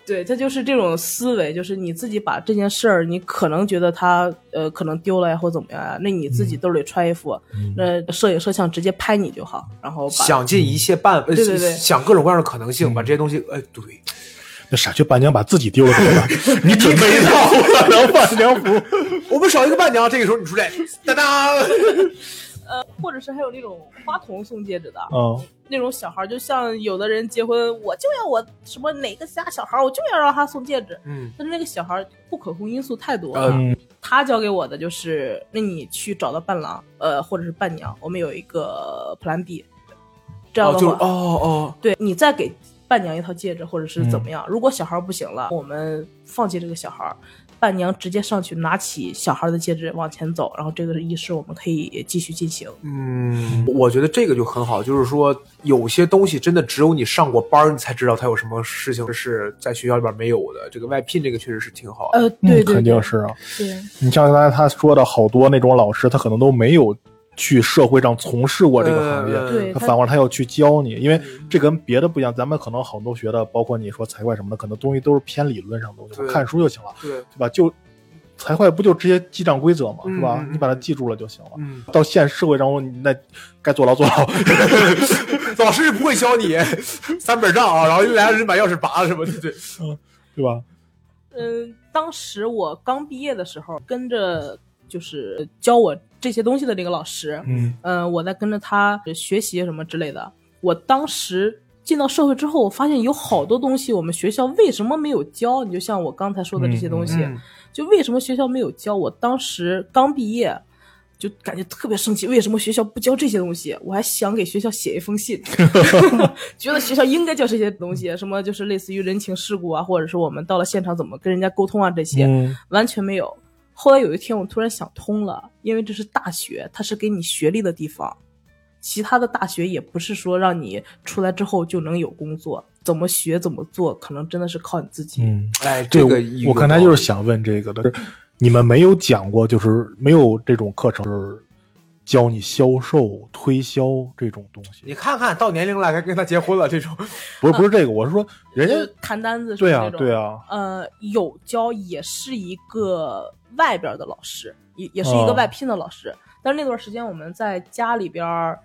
Speaker 3: 对他就是这种思维，就是你自己把这件事儿，你可能觉得他呃可能丢了呀或怎么样呀，那你自己兜里揣一副，那摄影摄像直接拍你就好，然后把
Speaker 2: 想尽一切办法，呃
Speaker 3: 对对对
Speaker 2: 想各种各样的可能性，把这些东西，哎， 对，
Speaker 1: 那傻缺伴娘把自己丢了怎么办？ 你准备到伴娘伴娘服，
Speaker 2: 我们少一个伴娘，这个时候你出来，哒哒，
Speaker 3: 呃，或者是还有那种花童送戒指的，
Speaker 1: 嗯，
Speaker 3: 那种小孩儿，就像有的人结婚，我就要我什么哪个家小孩儿，我就要让他送戒指，
Speaker 2: 嗯，
Speaker 3: 但是那个小孩儿不可控因素太多了。
Speaker 2: 嗯
Speaker 3: 他教给我的就是，那你去找到伴郎，呃，或者是伴娘，我们有一个 Plan B，这样
Speaker 2: 哦，
Speaker 3: 的
Speaker 2: 就是
Speaker 3: 话，
Speaker 2: 哦哦，
Speaker 3: 对你再给伴娘一套戒指，或者是怎
Speaker 2: 嗯
Speaker 3: 么样。如果小孩不行了，我们放弃这个小孩，伴娘直接上去拿起小孩的戒指往前走，然后这个仪式我们可以继续进行。
Speaker 2: 嗯，我觉得这个就很好，就是说有些东西真的只有你上过班儿，你才知道它有什么事情是在学校里边没有的。这个外聘这个确实是挺好的。
Speaker 3: 呃，对对
Speaker 1: 嗯，肯定是啊。
Speaker 3: 对，
Speaker 1: 你像刚才他说的，好多那种老师，他可能都没有去社会上从事过这个行业，
Speaker 2: 呃
Speaker 3: 对
Speaker 1: 他
Speaker 3: 他
Speaker 1: 反过来他要去教你，
Speaker 2: 嗯
Speaker 1: 因为这跟别的不一样。咱们可能好多学的，包括你说财会什么的，可能东西都是偏理论上的东西，
Speaker 2: 对
Speaker 1: 我看书就行了，
Speaker 2: 对，
Speaker 1: 对吧？就财会不就直接记账规则嘛，是吧
Speaker 2: 嗯嗯？嗯
Speaker 1: 你把它记住了就行了。
Speaker 2: 嗯，
Speaker 1: 到现实社会上，你那该坐牢坐 牢，
Speaker 2: 老师是不会教你 三本账啊，然后又来人把钥匙拔了什么的，对，
Speaker 1: 对吧？
Speaker 3: 嗯，当时我刚毕业的时候，跟着就是教我这些东西的这个老师，
Speaker 1: 嗯
Speaker 3: 嗯，我在跟着他学习什么之类的。我当时进到社会之后，我发现有好多东西我们学校为什么没有教？你就像我刚才说的这些东西，
Speaker 2: 嗯
Speaker 3: 就为什么学校没有教？我当时刚毕业。就感觉特别生气，为什么学校不教这些东西？我还想给学校写一 封信，觉得学校应该教这些东西，什么就是类似于人情世故啊，或者是我们到了现场怎么跟人家沟通啊这些。
Speaker 1: 嗯
Speaker 3: 完全没有。后来有一天，我突然想通了，因为这是大学，它是给你学历的地方，其他的大学也不是说让你出来之后就能有工作，怎么学怎么做，可能真的是靠你自己。
Speaker 1: 嗯，
Speaker 2: 哎，
Speaker 1: 对
Speaker 2: 这个
Speaker 1: 我刚才就是想问这个的，就是你们没有讲过，就是没有这种课程，就是教你销售、推销这种东
Speaker 2: 你
Speaker 1: 西。
Speaker 2: 看看到年龄了该跟他结婚了这种，
Speaker 1: 不是不是这个，我是说人
Speaker 3: 就是
Speaker 1: 家
Speaker 3: 谈单子什么
Speaker 1: 对
Speaker 3: 那
Speaker 1: 啊
Speaker 3: 种，
Speaker 1: 对啊，
Speaker 3: 呃，有教也是一个外边的老师，也也是一个
Speaker 1: 哦
Speaker 3: 外聘的老师。但是那段时间我们在家里边儿，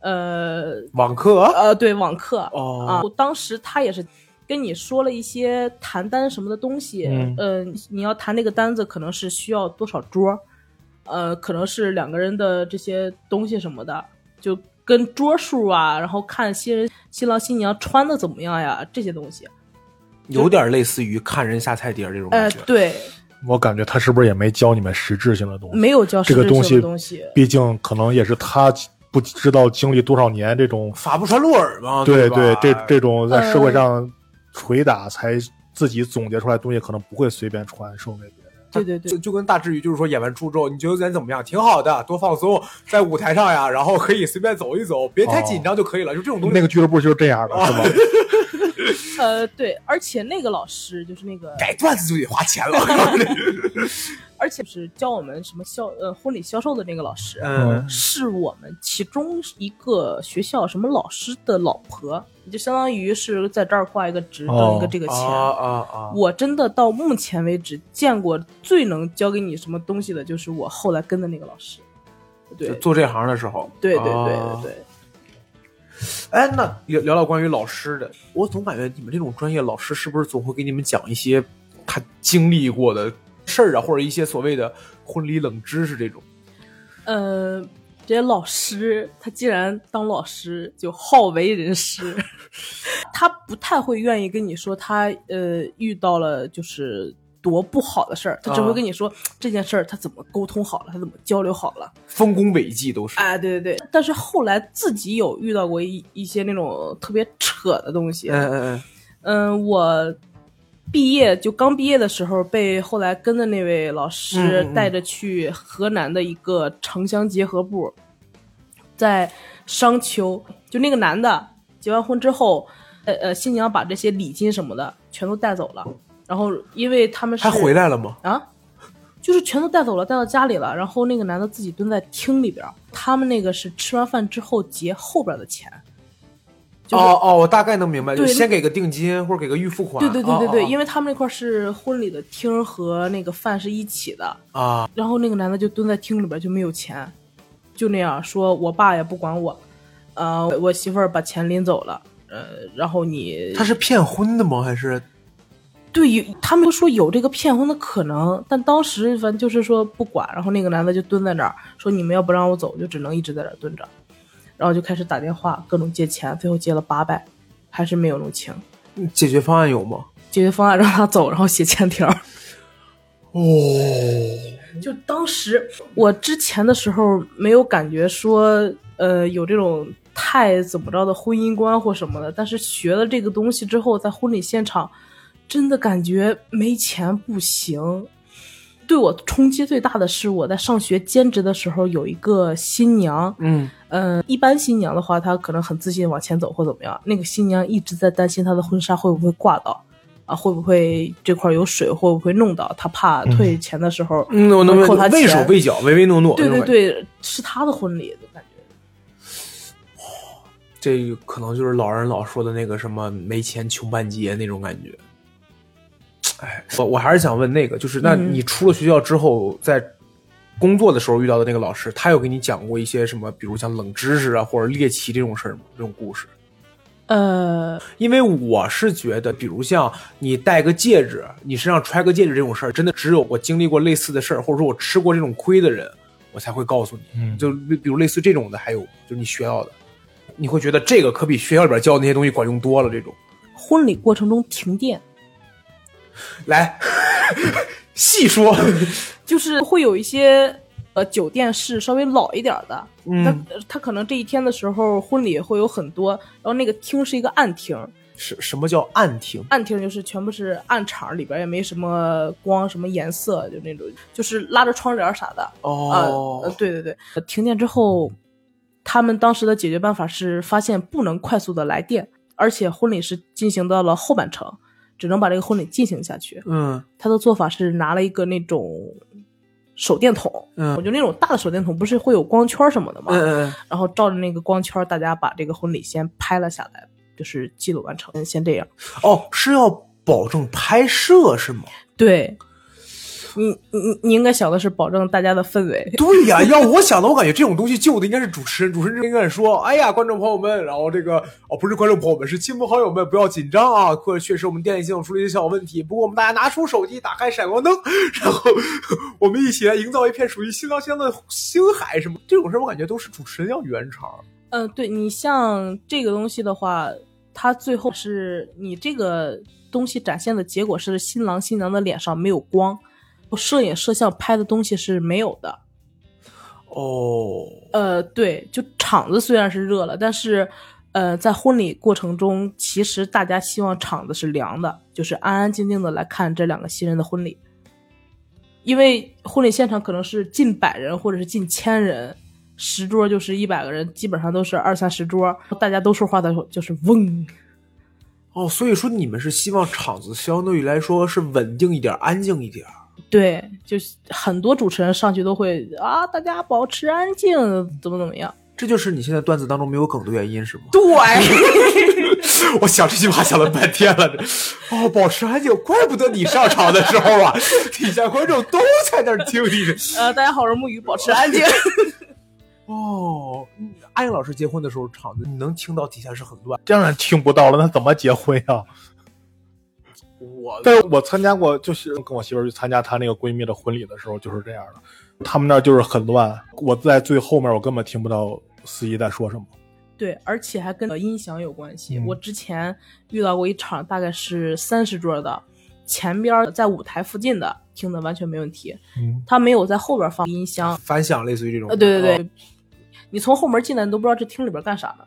Speaker 3: 呃，
Speaker 2: 网课
Speaker 3: 呃，对，网课，啊，
Speaker 2: 哦，
Speaker 3: 我当时他也是跟你说了一些谈单什么的东西，
Speaker 1: 嗯
Speaker 3: 呃，你要谈这个单子可能是需要多少桌，呃，可能是两个人的这些东西什么的，就跟桌数啊，然后看新人新郎新娘穿的怎么样呀，这些东西，
Speaker 2: 有点类似于看人下菜碟儿这种
Speaker 3: 呃
Speaker 2: 感觉，。
Speaker 3: 对，
Speaker 1: 我感觉他是不是也没教你们实质性的东西？
Speaker 3: 没有教
Speaker 1: 这
Speaker 3: 实
Speaker 1: 个
Speaker 3: 质
Speaker 1: 东
Speaker 3: 性
Speaker 1: 西
Speaker 3: 的东西，
Speaker 1: 毕竟可能也是他不知道经历多少年这种，
Speaker 2: 法不传路耳嘛，
Speaker 1: 对
Speaker 2: 对
Speaker 1: 对
Speaker 2: 吧，
Speaker 1: 这这种在社
Speaker 3: 嗯
Speaker 1: 会上捶打才自己总结出来的东西，可能不会随便传授给别人。
Speaker 3: 对对
Speaker 2: 就
Speaker 3: 对，
Speaker 2: 就跟大志宇就是说演完出之后，你觉得咱怎么样？挺好的，多放松，在舞台上呀，然后可以随便走一走，别太紧张就可以了。就这种东西，
Speaker 1: 那个俱乐部就是这样的， 是吗？
Speaker 3: 呃，对，而且那个老师就是那个，
Speaker 2: 改段子就得花钱了。
Speaker 3: 而且是教我们什么销呃婚礼销售的那个老师，
Speaker 1: 嗯
Speaker 3: 是我们其中一个学校什么老师的老婆，你就相当于是在这儿挂一个职，
Speaker 1: 哦
Speaker 3: 挣一个这个
Speaker 2: 啊
Speaker 3: 钱。
Speaker 2: 啊啊！
Speaker 3: 我真的到目前为止见过最能教给你什么东西的，就是我后来跟的那个老师。对
Speaker 2: 就
Speaker 3: 对
Speaker 2: 做这行的时候，
Speaker 3: 对对
Speaker 2: 啊
Speaker 3: 对对，
Speaker 2: 哎，那聊聊到关于老师的，我总感觉你们这种专业老师是不是总会给你们讲一些他经历过的事儿啊，或者一些所谓的婚礼冷知识这种？
Speaker 3: 呃，这些老师他既然当老师，就好为人 师，他不太会愿意跟你说他呃遇到了就是。多不好的事儿，他只会
Speaker 2: 啊
Speaker 3: 跟你说、这件事儿他怎么沟通好了，他怎么交流好了，
Speaker 2: 丰功伟绩都是。
Speaker 3: 啊，对对对，但是后来自己有遇到过一一些那种特别扯的东西。
Speaker 2: 嗯嗯
Speaker 3: 嗯，我毕业就刚毕业的时候，被后来跟的那位老
Speaker 2: 嗯
Speaker 3: 师
Speaker 2: 嗯嗯
Speaker 3: 带着去河南的一个城乡结合部，在商丘，就那个男的结完婚之后，呃呃，新娘把这些礼金什么的全都带走了，然后因为他们
Speaker 2: 嗯，
Speaker 3: 是
Speaker 2: 他回来了吗？
Speaker 3: 啊，就是全都带走了，带到家里了。然后那个男的自己蹲在厅里边儿，他们那个是吃完饭之后结后边儿的钱。就是、
Speaker 2: 哦哦，我大概能明白，就
Speaker 3: 对
Speaker 2: 是先给个定金或者给个预付款。哦
Speaker 3: 对对对对对，因
Speaker 2: 为
Speaker 3: 为他们那块儿是婚礼的厅和那个饭是一起的，
Speaker 2: 啊，
Speaker 3: 然后那个男的就蹲在厅里边儿就没有钱，就那样说，我爸也不管我，呃，我媳妇儿把钱拎走了。呃，然后你
Speaker 2: 他是骗婚的吗？还是
Speaker 3: 对有他们说有这个骗婚的可能，但当时反正就是说不管，然后那个男的就蹲在那儿说你们要不让我走，就只能一直在那儿蹲着，然后就开始打电话各种借钱，最后借了八百，还是没有弄清。
Speaker 2: 解决方案有吗？
Speaker 3: 解决方案让他走，然后写欠条。
Speaker 2: 哦，
Speaker 3: 就当时我之前的时候没有感觉说，呃，有这种太怎么着的婚姻观或什么的，但是学了这个东西之后，在婚礼现场真的感觉没钱不行。对我冲击最大的是，我在上学兼职的时候，有一个新娘，
Speaker 2: 嗯，
Speaker 3: 嗯，一般新娘的话，她可能很自信往前走或怎么样。那个新娘一直在担心她的婚纱会不会挂到，啊，会不会这块有水，会不会弄到？她怕退钱的时候，
Speaker 2: 嗯，我能
Speaker 3: 扣她
Speaker 2: 畏手
Speaker 3: 钱。
Speaker 2: 畏脚，唯唯诺诺。
Speaker 3: 对
Speaker 2: 那
Speaker 3: 对
Speaker 2: 种感觉，
Speaker 3: 对，是她的婚礼，就感觉
Speaker 2: 这个可能就是老人老说的那个什么没钱穷半截那种感觉。哎，我我还是想问那个，就是那
Speaker 3: 嗯
Speaker 2: 你出了学校之后，在工作的时候遇到的那个老师，他有给你讲过一些什么，比如像冷知识啊，或者猎奇这种事儿吗？这种故事？
Speaker 3: 呃，
Speaker 2: 因为我是觉得，比如像你戴个戒指，你身上揣个戒指这种事儿，真的只有我经历过类似的事儿，或者说我吃过这种亏的人，我才会告诉你。
Speaker 1: 嗯
Speaker 2: 就比比如类似这种的，还有就是你学到的，你会觉得这个可比学校里边教的那些东西管用多了。这种
Speaker 3: 婚礼过程中停电，
Speaker 2: 来 细说，
Speaker 3: 就是会有一些呃酒店是稍微老一点儿的，
Speaker 2: 嗯
Speaker 3: 他呃他可能这一天的时候婚礼会有很多，然后那个厅是一个暗厅，
Speaker 2: 什什么叫暗停？
Speaker 3: 暗厅就是全部是暗场，里边也没什么光、什么颜色，就那种就是拉着窗帘儿啥的。啊、呃
Speaker 2: 哦，
Speaker 3: 对对对，呃停电之后，他们当时的解决办法是发现不能快速的来电，而且婚礼是进行到了后半程，只能把这个婚礼进行下去。
Speaker 2: 嗯
Speaker 3: 他的做法是拿了一个那种手电筒，
Speaker 2: 嗯
Speaker 3: 我觉得那种大的手电筒不是会有光圈什么的吗？
Speaker 2: 嗯嗯
Speaker 3: 然后照着那个光圈，大家把这个婚礼先拍了下来，就是记录完成，嗯先这样。
Speaker 2: 嗯，哦，是要保证拍摄是吗？
Speaker 3: 对，你你你你应该想的是保证大家的氛围。
Speaker 2: 对呀、要我想的，我感觉这种东西救的应该是主持人，主持人应该是说：“哎呀，观众朋友们，然后这个哦，不是观众朋友们，是亲朋好友们，不要紧张啊，或者确实我们电力系统出了一些小问题，不过我们大家拿出手机，打开闪光灯， 然后我们一起来营造一片属于新郎新娘的星海什么这种事，我感觉都是主持人要圆场。
Speaker 3: 嗯、对你像这个东西的话，它最后是你这个东西展现的结果是新郎新娘的脸上没有光，摄影摄像拍的东西是没有的。
Speaker 2: 哦，
Speaker 3: 呃，对，就场子虽然是热了，但是，呃，在婚礼过程中，其实大家希望场子是凉的，就是安安静静的来看这两个新人的婚礼，因为婚礼现场可能是近百人或者是近千人，十桌就是一百个人，基本上都是二三十桌，大家都说话的时候就是嗡，
Speaker 2: 哦，所以说你们是希望场子相对于来说是稳定一点，安静一点。
Speaker 3: 对，就是很多主持人上去都会啊，大家保持安静，怎么怎么样。
Speaker 2: 这就是你现在段子当中没有梗的原因，是吗？
Speaker 3: 对，
Speaker 2: 我想这句话想了半天了，哦，保持安静，怪不得你上场的时候啊，底下观众都在那儿听你这。
Speaker 3: 呃，大家好，我是木鱼，保持安静。
Speaker 2: 哦，安阳老师结婚的时候，场子你能听到底下是很乱。
Speaker 1: 当然听不到了，那怎么结婚呀、
Speaker 2: 我
Speaker 1: 但是我参加过，就是跟我媳妇儿去参加她那个闺蜜的婚礼的时候，就是这样的。他们那儿就是很乱，我在最后面，我根本听不到司仪在说什么。
Speaker 3: 对，而且还跟呃音响有关系。
Speaker 1: 嗯
Speaker 3: 我之前遇到过一场，大概是三十桌的，前边儿在舞台附近的听的完全没问题，
Speaker 1: 嗯，
Speaker 3: 他没有在后边放音箱。
Speaker 2: 反响类似于这种。
Speaker 3: 呃，对对对，你从后门进来，你都不知道这厅里边干啥呢。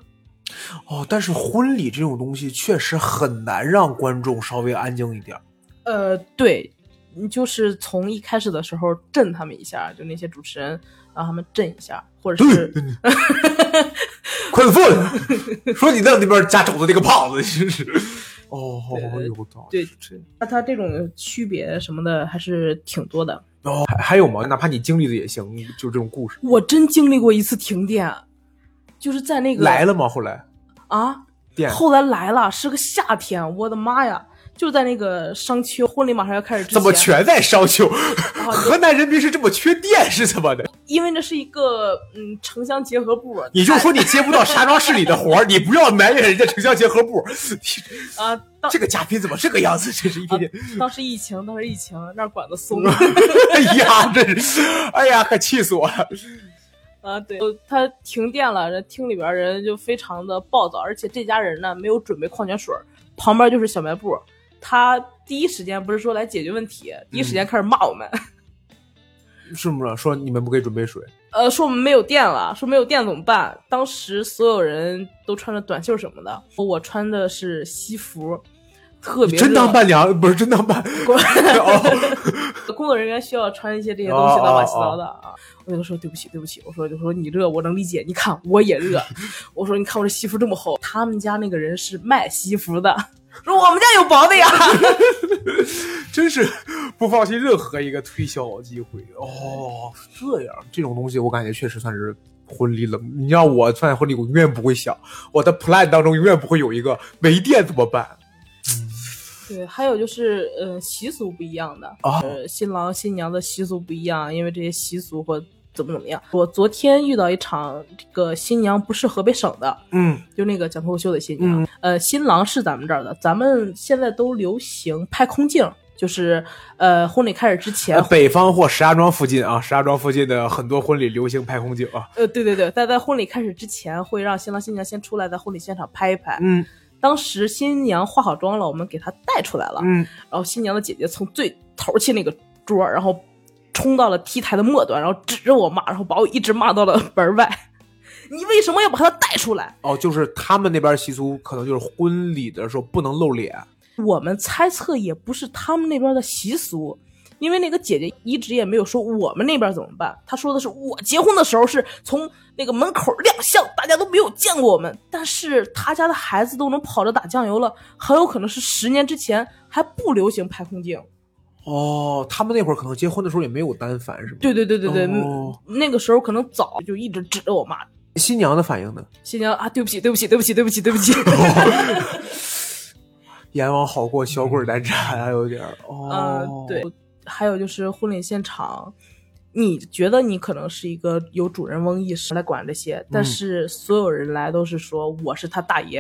Speaker 2: 哦。哦，但是婚礼这种东西确实很难让观众稍微安静一点。
Speaker 3: 呃，对，你就是从一开始的时候震他们一下，就那些主持人让他们震一下，或者是
Speaker 2: 困奋，说你在那边家肘子那个胖子，真是。哦，有道理。
Speaker 3: 对，那他这种区别什么的还是挺多的。
Speaker 2: 哦，还还有吗？哪怕你经历的也行，就这种故事
Speaker 3: 我真经历过一次停电，啊就是在那个
Speaker 2: 来了吗？后来
Speaker 3: 啊，
Speaker 2: 店
Speaker 3: 后来来了，是个夏天，我的妈呀！就在那个商丘，婚礼马上要开始之前，哦
Speaker 2: 怎么全在商丘？
Speaker 3: 然后就
Speaker 2: 河南人民是这么缺电是怎么的？
Speaker 3: 因为那是一个嗯城乡结合部啊
Speaker 2: 你就说你接不到石家庄市里的活儿，你不要埋怨人家城乡结合部。
Speaker 3: 啊，当
Speaker 2: 这个嘉宾怎么这个样子？真是一天天，
Speaker 3: 当时疫情，当时疫情，那儿管的松啊，
Speaker 2: 哎呀，真是，哎呀，可气死我了！
Speaker 3: 啊对，他停电了，人厅里边人就非常的暴躁，而且这家人呢没有准备矿泉水儿，旁边就是小卖部，
Speaker 2: 嗯
Speaker 3: 他第一时间不是说来解决问题，第一时间开始骂我们，
Speaker 2: 是不是说你们不给准备水？
Speaker 3: 呃，说我们没有电了，说没有电怎么办？当时所有人都穿着短袖什么的，我穿的是西服，特别热
Speaker 2: 真当伴娘不是真当伴，
Speaker 3: 工
Speaker 2: 哦，
Speaker 3: 工作人员需要穿一些这些东西的
Speaker 2: 哦哦
Speaker 3: 乱七八糟的啊。我有的时候对不起，对不起，我说就说你热，我能理解。你看我 也热，我说你看我这西服这么厚，他们家那个人是卖西服的，说我们家有薄的呀。
Speaker 2: 真是不放弃任何一个推销机会哦。是这样，这种东西我感觉确实算是婚礼冷。你让我参加婚礼，我永远不会想我的 plan 当中永远不会有一个没电怎么办。
Speaker 3: 对，还有就是呃习俗不一样的，
Speaker 2: 哦
Speaker 3: 呃新郎新娘的习俗不一样，因为这些习俗或怎么怎么样。我昨天遇到一场，这个新娘不是河北省的，
Speaker 2: 嗯
Speaker 3: 就那个讲脱口秀的新娘，呃新郎是咱们这儿的，咱们现在都流行拍空镜。就是，呃，婚礼开始之前
Speaker 2: 呃，北方或石家庄附近啊，石家庄附近的很多婚礼流行拍空景啊。
Speaker 3: 呃，对对对，在在婚礼开始之前，会让新郎新娘先出来，在婚礼现场拍一拍。
Speaker 2: 嗯
Speaker 3: 当时新娘化好妆了，我们给她带出来了，
Speaker 2: 嗯，
Speaker 3: 然后新娘的姐姐从最头儿去那个桌儿，然后冲到了 T 台的末端，然后指着我骂，然后把我一直骂到了门外。 你为什么要把她带出来？
Speaker 2: 哦，就是他们那边习俗可能就是婚礼的时候不能露脸。
Speaker 3: 我们猜测也不是他们那边的习俗，因为那个姐姐一直也没有说我们那边怎么办。她说的是我结婚的时候是从那个门口亮相，大家都没有见过我们，但是她家的孩子都能跑着打酱油了，很有可能是十年之前还不流行拍空镜。
Speaker 2: 哦，他们那会儿可能结婚的时候也没有单反，是吗？
Speaker 3: 对对对对对，
Speaker 2: 哦
Speaker 3: 那个时候可能早就一直指着我骂，
Speaker 2: 新娘的反应呢？
Speaker 3: 新娘啊，对不起对不起对不起对不起对不起。
Speaker 2: 阎王好过小鬼难缠啊，有点儿
Speaker 3: 呃
Speaker 2: 哦，，
Speaker 3: 对，，还有就是婚礼现场，你觉得你可能是一个有主人翁意识来管这些，但
Speaker 2: 嗯
Speaker 3: 是所有人来都是说我是他大爷，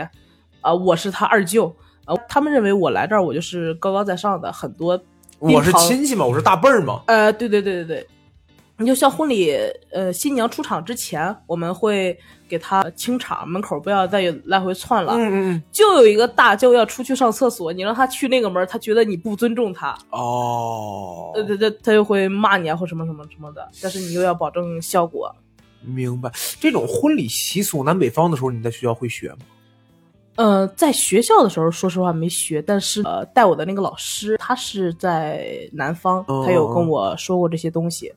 Speaker 3: 啊、我是他二舅，啊、他们认为我来这儿我就是高高在上的，很多
Speaker 2: 我是
Speaker 3: 冰糖
Speaker 2: 亲戚嘛，我是大辈儿嘛，
Speaker 3: 呃，对对对对对，你就像婚礼，呃，新娘出场之前，我们会给她清场，门口不要再有来回窜了。
Speaker 2: 嗯嗯，
Speaker 3: 就有一个大舅要出去上厕所，你让他去那个门儿，他觉得你不尊重他，
Speaker 2: 哦，
Speaker 3: 呃，他他他就会骂你啊，或什么什么什么的。但是你又要保证效果。
Speaker 2: 明白。这种婚礼习俗，南北方的时候，你在学校会学吗？
Speaker 3: 呃，在学校的时候，说实话没学，但是呃，带我的那个老师，他是在南方，
Speaker 2: 哦
Speaker 3: 他有跟我说过这些东西。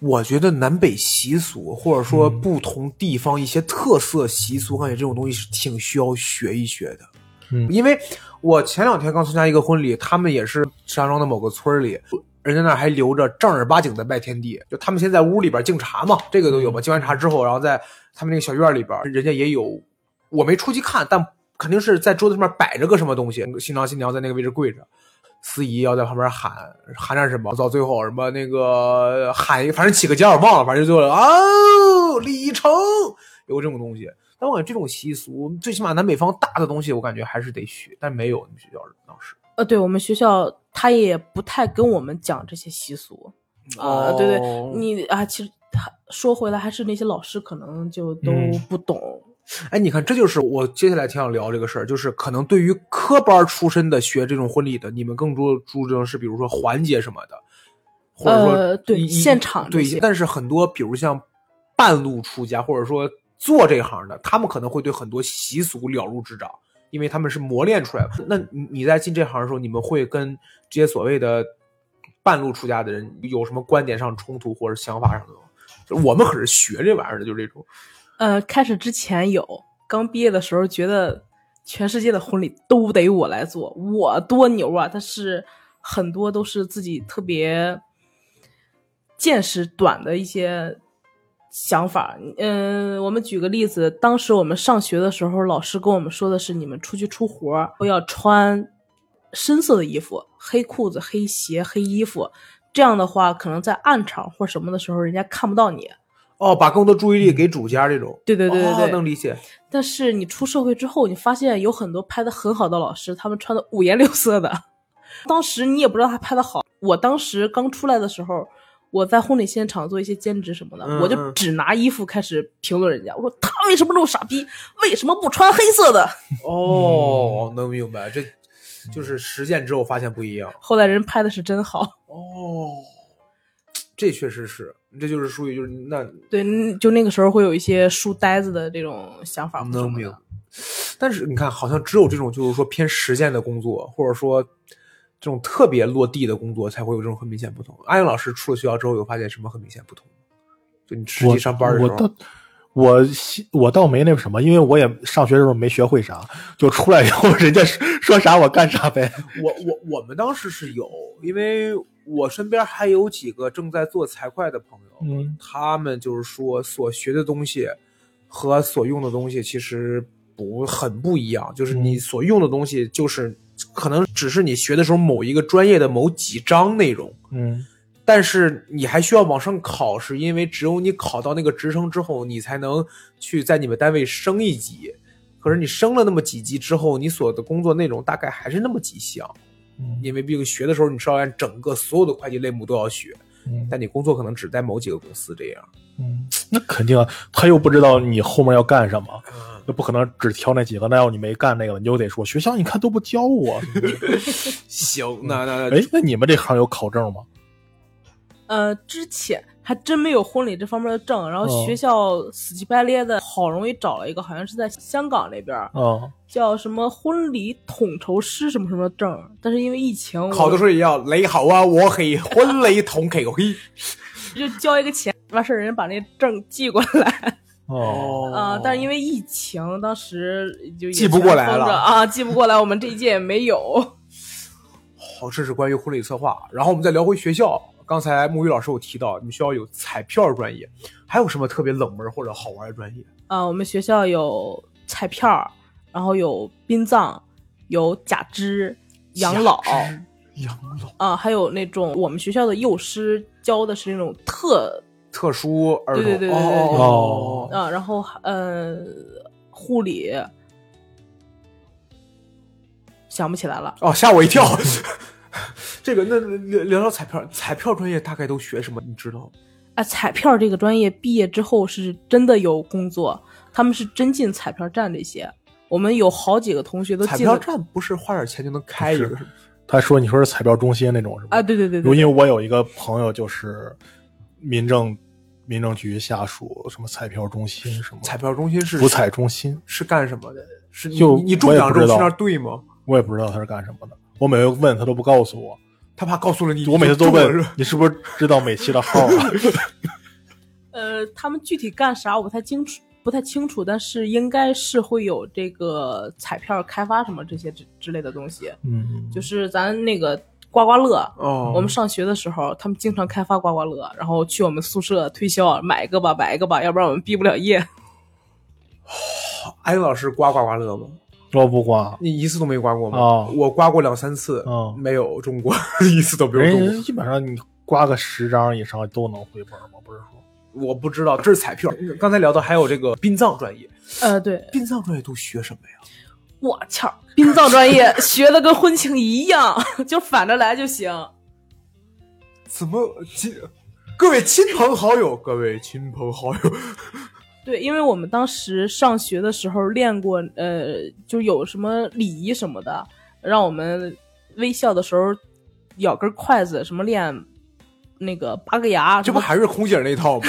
Speaker 2: 我觉得南北习俗，或者说
Speaker 1: 嗯
Speaker 2: 不同地方一些特色习俗，感觉这种东西是挺需要学一学的。
Speaker 1: 嗯
Speaker 2: 因为我前两天刚参加一个婚礼，他们也是石家庄的某个村儿里，人家那儿还留着正儿八经的拜天地，就他们先在屋里边敬茶嘛，这个都
Speaker 1: 嗯
Speaker 2: 有嘛。敬完茶之后，然后在他们那个小院里边，人家也有，我没出去看，但肯定是在桌子上面摆着个什么东西，新郎新娘在那个位置跪着。司仪要在旁边喊喊点什么，到最后什么那个喊一个，反正起个叫忘了，反正就哦，李成有这种东西。但我感觉这种习俗，最起码南北方大的东西，我感觉还是得学，但没有你们学校当时。
Speaker 3: 呃，对我们学校，他也不太跟我们讲这些习俗。啊，对
Speaker 2: 哦
Speaker 3: 对，你啊，其实还说回来，还是那些老师可能就都
Speaker 1: 嗯
Speaker 3: 不懂。
Speaker 2: 哎，你看，这就是我接下来挺想聊这个事儿，就是可能对于科班出身的学这种婚礼的，你们更注注重是比如说环节什么的，或者说、
Speaker 3: 呃对
Speaker 2: 一
Speaker 3: 现场这
Speaker 2: 对
Speaker 3: 些，
Speaker 2: 但是很多比如像半路出家或者说做这行的，他们可能会对很多习俗了如指掌。因为他们是磨练出来的。那你你在进这行的时候，你们会跟这些所谓的半路出家的人有什么观点上冲突或者想法上的吗？就我们可是学这玩意儿的，就是这种。
Speaker 3: 呃，开始之前有，刚毕业的时候觉得全世界的婚礼都得我来做，我多牛啊！但是很多都是自己特别见识短的一些想法。嗯、我们举个例子，当时我们上学的时候，老师跟我们说的是，你们出去出活儿都要穿深色的衣服，黑裤子、黑鞋、黑衣服。这样的话，可能在暗场或什么的时候，人家看不到你。
Speaker 2: 哦，把更多注意力给主家这种。
Speaker 3: 对对对对对，
Speaker 2: 哦，能理解。
Speaker 3: 但是你出社会之后，你发现有很多拍的很好的老师，他们穿的五颜六色的，当时你也不知道他拍的好。我当时刚出来的时候，我在婚礼现场做一些兼职什么的，
Speaker 2: 嗯
Speaker 3: 我就
Speaker 2: 嗯
Speaker 3: 只拿衣服开始评论人家，我说他为什么这么傻逼，为什么不穿黑色的？
Speaker 2: 哦，能明白，这就是实践之后发现不一样。
Speaker 3: 后来人拍的是真好，
Speaker 2: 哦，这确实是，这就是属于就是那
Speaker 3: 对，嗯就那个时候会有一些书呆子的这种想法或什
Speaker 2: 能
Speaker 3: 么
Speaker 2: 明
Speaker 3: 的。。
Speaker 2: 但是你看，好像只有这种就是说偏实践的工作，或者说这种特别落地的工作，才会有这种很明显不同。安阳老师出了学校之后，有发现什么很明显不同吗？就你实际
Speaker 1: 我
Speaker 2: 上班的时
Speaker 1: 我
Speaker 2: 候
Speaker 1: 倒，我西我倒没那什么，因为我也上学的时候没学会啥，就出来以后人家说说啥我干啥呗。
Speaker 2: 我我我们当时是有，因为我身边还有几个正在做财会的朋友，
Speaker 1: 嗯，
Speaker 2: 他们就是说所学的东西和所用的东西其实不很不一样，就是你
Speaker 1: 嗯
Speaker 2: 所用的东西就是可能只是你学的时候某一个专业的某几章内容，
Speaker 1: 嗯，
Speaker 2: 但是你还需要往上考试，因为只有你考到那个职称之后，你才能去在你们单位升一级。可是你升了那么几级之后，你所的工作内容大概还是那么几项，
Speaker 1: 嗯
Speaker 2: 因为毕竟学的时候你是要按整个所有的会计类目都要学，
Speaker 1: 嗯
Speaker 2: 但你工作可能只在某几个公司这样。
Speaker 1: 嗯，那肯定啊，他又不知道你后面要干什么，那不可能只挑那几个。那要你没干那个，你就得说学校你看都不教我。
Speaker 2: 行，那那那
Speaker 1: 哎，那你们这行有考证吗？
Speaker 3: 呃，之前还真没有婚礼这方面的证，然后
Speaker 1: 哦
Speaker 3: 学校死乞白咧的，好容易找了一个，好像是在香港那边儿
Speaker 1: 啊，
Speaker 3: 叫什么婚礼统筹师什么什么证，但是因为疫情，我
Speaker 2: 考的时候也要你好啊，我系婚礼同期嘿。
Speaker 3: 就交一个钱，完事儿人家把那证寄过来。
Speaker 1: 哦，
Speaker 3: 啊、但是因为疫情，当时就也
Speaker 2: 寄不过来
Speaker 3: 全封着
Speaker 2: 了
Speaker 3: 啊，寄不过来，我们这一届也没有。
Speaker 2: 好，这是关于婚礼策划。然后我们再聊回学校，刚才木鱼老师有提到，你们学校有彩票专业，还有什么特别冷门或者好玩的专业？
Speaker 3: 啊，我们学校有彩票儿，然后有殡葬，有假肢、养老
Speaker 2: 养老、
Speaker 3: 啊，还有那种我们学校的幼师教的是那种特
Speaker 2: 特殊儿童，
Speaker 3: 对对对对对对
Speaker 2: 哦哦哦
Speaker 3: 啊，然后呃护理，想不起来了。
Speaker 2: 哦，吓我一跳。这个那聊聊聊彩票，彩票专业大概都学什么？你知道吗？
Speaker 3: 啊，彩票这个专业毕业之后是真的有工作，他们是真进彩票站这些。我们有好几个同学都
Speaker 2: 彩
Speaker 3: 进
Speaker 2: 票
Speaker 3: 了
Speaker 2: 站不是花点钱就能开一个？
Speaker 1: 他说你说是彩票中心那种是吧？
Speaker 3: 啊，对对对
Speaker 1: 如
Speaker 3: 对，
Speaker 1: 因为我有一个朋友就是民政民政局下属什么彩票中心什么
Speaker 2: 彩票中心是
Speaker 1: 福彩中心，
Speaker 2: 是干什么的？是你
Speaker 1: 就
Speaker 2: 你你中
Speaker 1: 我也
Speaker 2: 奖
Speaker 1: 不
Speaker 2: 之
Speaker 1: 知
Speaker 2: 后
Speaker 1: 道
Speaker 2: 去那儿对吗？
Speaker 1: 我也不知道他是干什么的。我每回问他都不告诉我，
Speaker 2: 他怕告诉了你，
Speaker 1: 我每次
Speaker 2: 你就
Speaker 1: 都
Speaker 2: 中了
Speaker 1: 问
Speaker 2: 是吧
Speaker 1: 你是不是知道每期的号啊？
Speaker 3: 呃，他们具体干啥我不太清楚，不太清楚，但是应该是会有这个彩票开发什么这些之之类的东西。
Speaker 1: 嗯，
Speaker 3: 就是咱那个刮刮乐，
Speaker 2: 哦，
Speaker 3: 我们上学的时候，他们经常开发刮刮乐，然后去我们宿舍推销，买一个吧，买一个吧，要不然我们毕不了业。
Speaker 2: 安老师刮刮刮乐吗？
Speaker 1: 我不刮，
Speaker 2: 你一次都没刮过吗？
Speaker 1: 哦
Speaker 2: 我刮过两三次，
Speaker 1: 哦哎
Speaker 2: 没有中过， 一次都没有中
Speaker 1: 人
Speaker 2: 过。
Speaker 1: 家基本上你刮个十张以上都能回本吗？不是说
Speaker 2: 我不知道这是彩票。刚才聊到还有这个殡葬专业，
Speaker 3: 呃，对，
Speaker 2: 殡葬专业都学什么呀？
Speaker 3: 我操，殡葬专业学的跟婚庆一样，就反着来就 行。
Speaker 2: 怎么亲？各位亲朋好友，各位亲朋好友，
Speaker 3: 对，因为我们当时上学的时候练过，呃，就有什么礼仪什么的，让我们微笑的时候咬根筷子，什么练那个拔个牙，
Speaker 2: 这不
Speaker 3: 什么
Speaker 2: 还是空姐那套吗？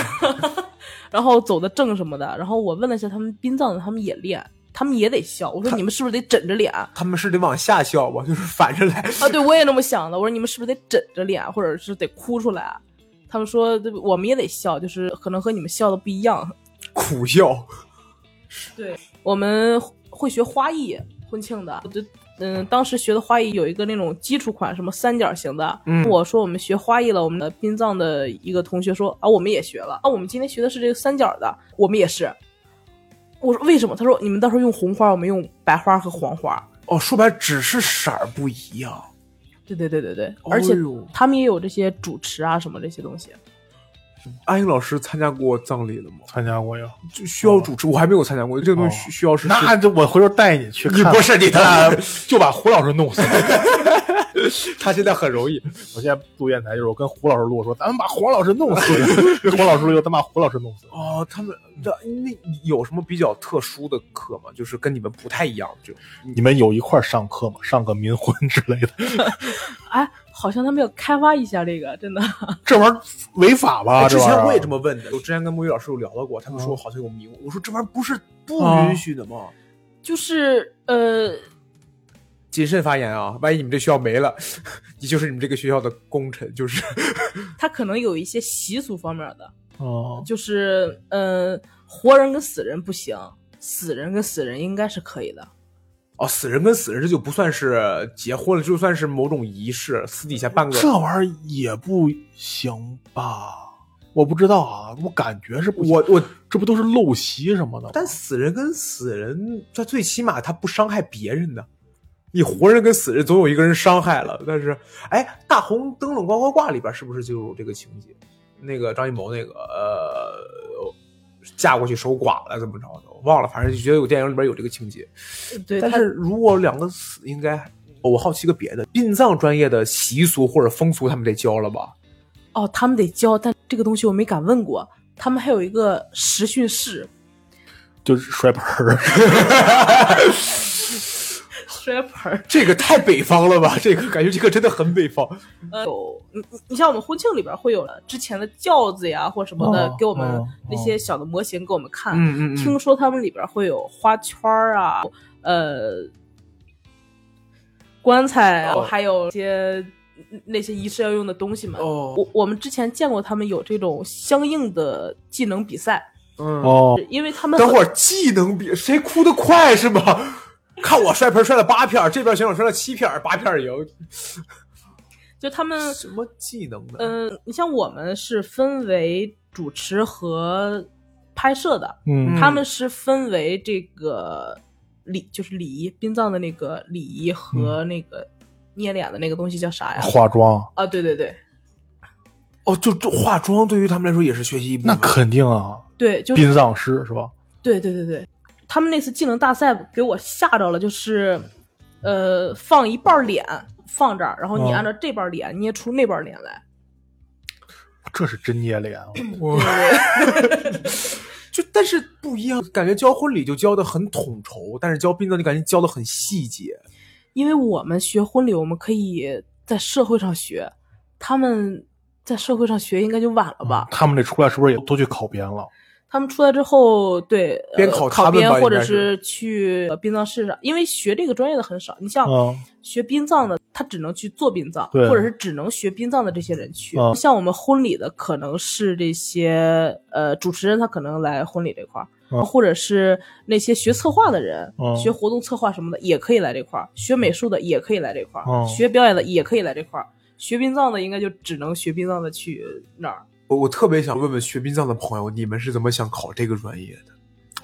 Speaker 3: 然后走的正什么的。然后我问了一下他们殡葬的，他们也练，他们也得笑。我说你们是不是得枕着脸？啊
Speaker 2: 他们是得往下笑吧，就是反着来。
Speaker 3: 啊，对我也那么想的。我说你们是不是得枕着脸，或者是得哭出来？啊他们说对我们也得笑，就是可能和你们笑的不一样。
Speaker 2: 苦笑。
Speaker 3: 对，我们会学花艺，婚庆的。我就嗯，当时学的花艺有一个那种基础款，什么三角形的。
Speaker 2: 嗯
Speaker 3: 我说我们学花艺了，我们的殡葬的一个同学说啊，我们也学了啊，我们今天学的是这个三角的，我们也是。我说为什么？他说你们到时候用红花，我们用白花和黄花。
Speaker 2: 哦，说白了只是色儿不一样。
Speaker 3: 对对对对对，而且
Speaker 2: 哎呦
Speaker 3: 他们也有这些主持啊什么这些东西。
Speaker 2: 安英老师参加过葬礼了吗？
Speaker 1: 参加过呀？
Speaker 2: 就需要主持，我还没有参加过。这个东西需需要是
Speaker 1: 那这我回头带你去看。
Speaker 2: 哦你不是你
Speaker 1: 咱 俩 就把胡老师弄死。
Speaker 2: 他现在很容易。
Speaker 1: 我现在录电台就是我跟胡老师录，我说咱们把黄老师弄 死，胡老师录就咱把胡老师弄死。
Speaker 2: 哦，他们那那有什么比较特殊的课吗？就是跟你们不太一样，就
Speaker 1: 你们有一块儿上课吗？上个民婚之类的？
Speaker 3: 哎，好像他们要开发一下这个，真的。
Speaker 1: 这玩意儿违法吧？
Speaker 2: 哎之前我也这
Speaker 1: 么
Speaker 2: 么问的，我之前跟木鱼老师有聊到过，他们说
Speaker 1: 嗯
Speaker 2: 好像有迷雾，我说这玩意儿不是不
Speaker 1: 啊
Speaker 2: 允许的吗？
Speaker 3: 就是呃，
Speaker 2: 谨慎发言啊，万一你们这学校没了， 你就是你们这个学校的功臣，就是
Speaker 3: 他可能有一些习俗方面的，
Speaker 1: 哦，
Speaker 3: 就是呃，活人跟死人不行，死人跟死人应该是可以的。
Speaker 2: 哦，死人跟死人这就不算是结婚了，就算是某种仪式，私底下办个
Speaker 1: 这玩意儿也不行吧？我不知道啊，我感觉是不行
Speaker 2: 我我，
Speaker 1: 这不都是陋习什么的吗？
Speaker 2: 但死人跟死人，他最起码他不伤害别人的。你活人跟死人总有一个人伤害了，但是，哎，大红灯笼高高挂里边是不是就有这个情节？那个张艺谋那个呃，嫁过去守寡了怎么着的，我忘了，反正就觉得有电影里边有这个情节。
Speaker 3: 对，
Speaker 2: 但
Speaker 3: 他
Speaker 2: 是如果两个死，应该哦我好奇个别的，殡葬专业的习俗或者风俗他们得教了吧？
Speaker 3: 哦，他们得教，但这个东西我没敢问过。他们还有一个实训室，
Speaker 1: 就是摔盆儿，
Speaker 3: 摔盆儿。
Speaker 2: 这个太北方了吧？ 这个感觉这个真的很北方。
Speaker 3: 呃，有你你你像我们婚庆里边会有了之前的轿子呀或什么的，
Speaker 1: 哦
Speaker 3: 给我们
Speaker 1: 哦
Speaker 3: 那些小的模型给我们看。
Speaker 2: 嗯嗯嗯，
Speaker 3: 听说他们里边会有花圈儿啊，呃，棺材啊，
Speaker 2: 哦
Speaker 3: 还有一些那些仪式要用的东西嘛。
Speaker 2: 哦
Speaker 3: 我我们之前见过他们有这种相应的技能比赛，
Speaker 2: 嗯
Speaker 1: 哦，
Speaker 3: 因为他们
Speaker 2: 等会儿技能比谁哭得快是吗？ 看我摔盆摔了八片儿，这边选手摔了七片儿，八片儿赢。
Speaker 3: 就他们
Speaker 2: 什么技能呢？
Speaker 3: 呃，你像我们是分为主持和拍摄的，
Speaker 1: 嗯
Speaker 3: 他们是分为这个礼，就是礼仪，殡葬的那个礼仪和那个捏脸的那个东西叫啥呀？
Speaker 1: 化妆
Speaker 3: 啊，对对对
Speaker 2: 哦，就就化妆对于他们来说也是学习一部
Speaker 1: 那
Speaker 2: 分。
Speaker 1: 肯定啊，
Speaker 3: 对，就是
Speaker 1: 殡葬师是吧？
Speaker 3: 对对对对，他们那次技能大赛给我吓着了，就是呃，放一半儿脸放这儿，然后你
Speaker 1: 嗯
Speaker 3: 按照这半儿脸捏出那半儿脸来，
Speaker 1: 这是真捏脸啊，
Speaker 2: 我 就但是不一样，感觉教婚礼就教的很统筹，但是教殡葬就感觉教的很细节。
Speaker 3: 因为我们学婚礼，我们可以在社会上学，他们在社会上学应该就晚了吧？
Speaker 2: 嗯
Speaker 1: 他们这出来是不是也都去考编了？
Speaker 3: 他们出来之后，对，呃
Speaker 2: 边考察
Speaker 3: 考
Speaker 2: 们
Speaker 3: 编
Speaker 2: 吧
Speaker 3: 或
Speaker 2: 应
Speaker 3: 者
Speaker 2: 该是
Speaker 3: 是去呃殡葬室上，因为学这个专业的很少。你像
Speaker 1: 嗯，
Speaker 3: 学殡葬的，他只能去做殡葬，
Speaker 1: 对
Speaker 3: 或者是只能学殡葬的这些人去。
Speaker 1: 嗯
Speaker 3: 像我们婚礼的，可能是这些呃主持人，他可能来婚礼这块儿。
Speaker 1: 嗯
Speaker 3: 或者是那些学策划的人，
Speaker 1: 嗯
Speaker 3: 学活动策划什么的也可以来这块儿，学美术的也可以来这块儿，
Speaker 1: 嗯
Speaker 3: 学表演的也可以来这块儿，学殡葬的应该就只能学殡葬的去那儿。
Speaker 2: 我我特别想问问学殡葬的朋友，你们是怎么想考这个专业的？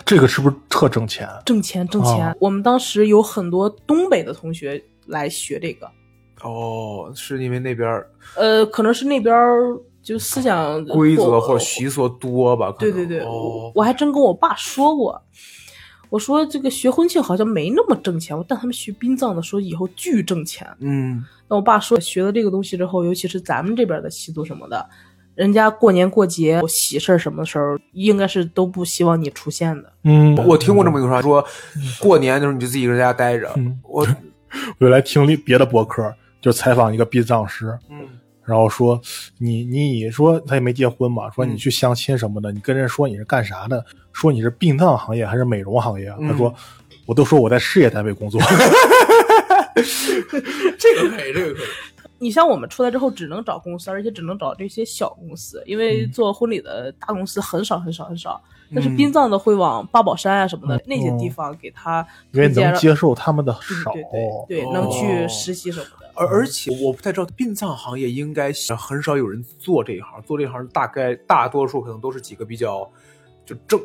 Speaker 1: 这个是不是特挣钱？
Speaker 3: 挣钱挣钱、
Speaker 1: 哦
Speaker 3: 我们当时有很多东北的同学来学这个，
Speaker 2: 哦，是因为那边儿
Speaker 3: 呃，可能是那边儿就思想
Speaker 2: 规则
Speaker 3: 我
Speaker 2: 或者习俗多吧？可
Speaker 3: 对
Speaker 2: 能
Speaker 3: 对对，
Speaker 2: 哦
Speaker 3: 我、我还真跟我爸说过，我说这个学婚庆好像没那么挣钱，但他们学殡葬的说以后巨挣钱。
Speaker 2: 嗯，
Speaker 3: 那我爸说学了这个东西之后，尤其是咱们这边的习俗什么的，人家过年过节有喜事儿什么的时候，应该是都不希望你出现的。
Speaker 1: 嗯，
Speaker 2: 我听过这么一个说法，说过年的时候你就自己一个人在家待着。
Speaker 1: 嗯
Speaker 2: 我
Speaker 1: 原来听别的博客，就采访一个殡葬师，
Speaker 2: 嗯
Speaker 1: 然后说你你以说他也没结婚嘛，说
Speaker 2: 嗯
Speaker 1: 你去相亲什么的，你跟人说你是干啥的，说你是殡葬行业还是美容行业？
Speaker 2: 嗯
Speaker 1: 他说我都说我在事业单位工作，
Speaker 2: 这个可以，这个可以。
Speaker 3: 你像我们出来之后，只能找公司，而且只能找这些小公司，因为
Speaker 1: 嗯
Speaker 3: 做婚礼的大公司很少很少很少。但是殡葬的会往八宝山啊什么的、
Speaker 1: 嗯
Speaker 3: 那些地方给他
Speaker 1: 因为
Speaker 3: 推荐
Speaker 1: 能
Speaker 3: 了，
Speaker 1: 接受他们的少。
Speaker 3: 嗯对对对对，
Speaker 2: 哦
Speaker 3: 能去实习什么的。
Speaker 2: 而而且我不太知道殡葬行业应该呃很少有人做这一行，做这一行大概大多数可能都是几个比较就正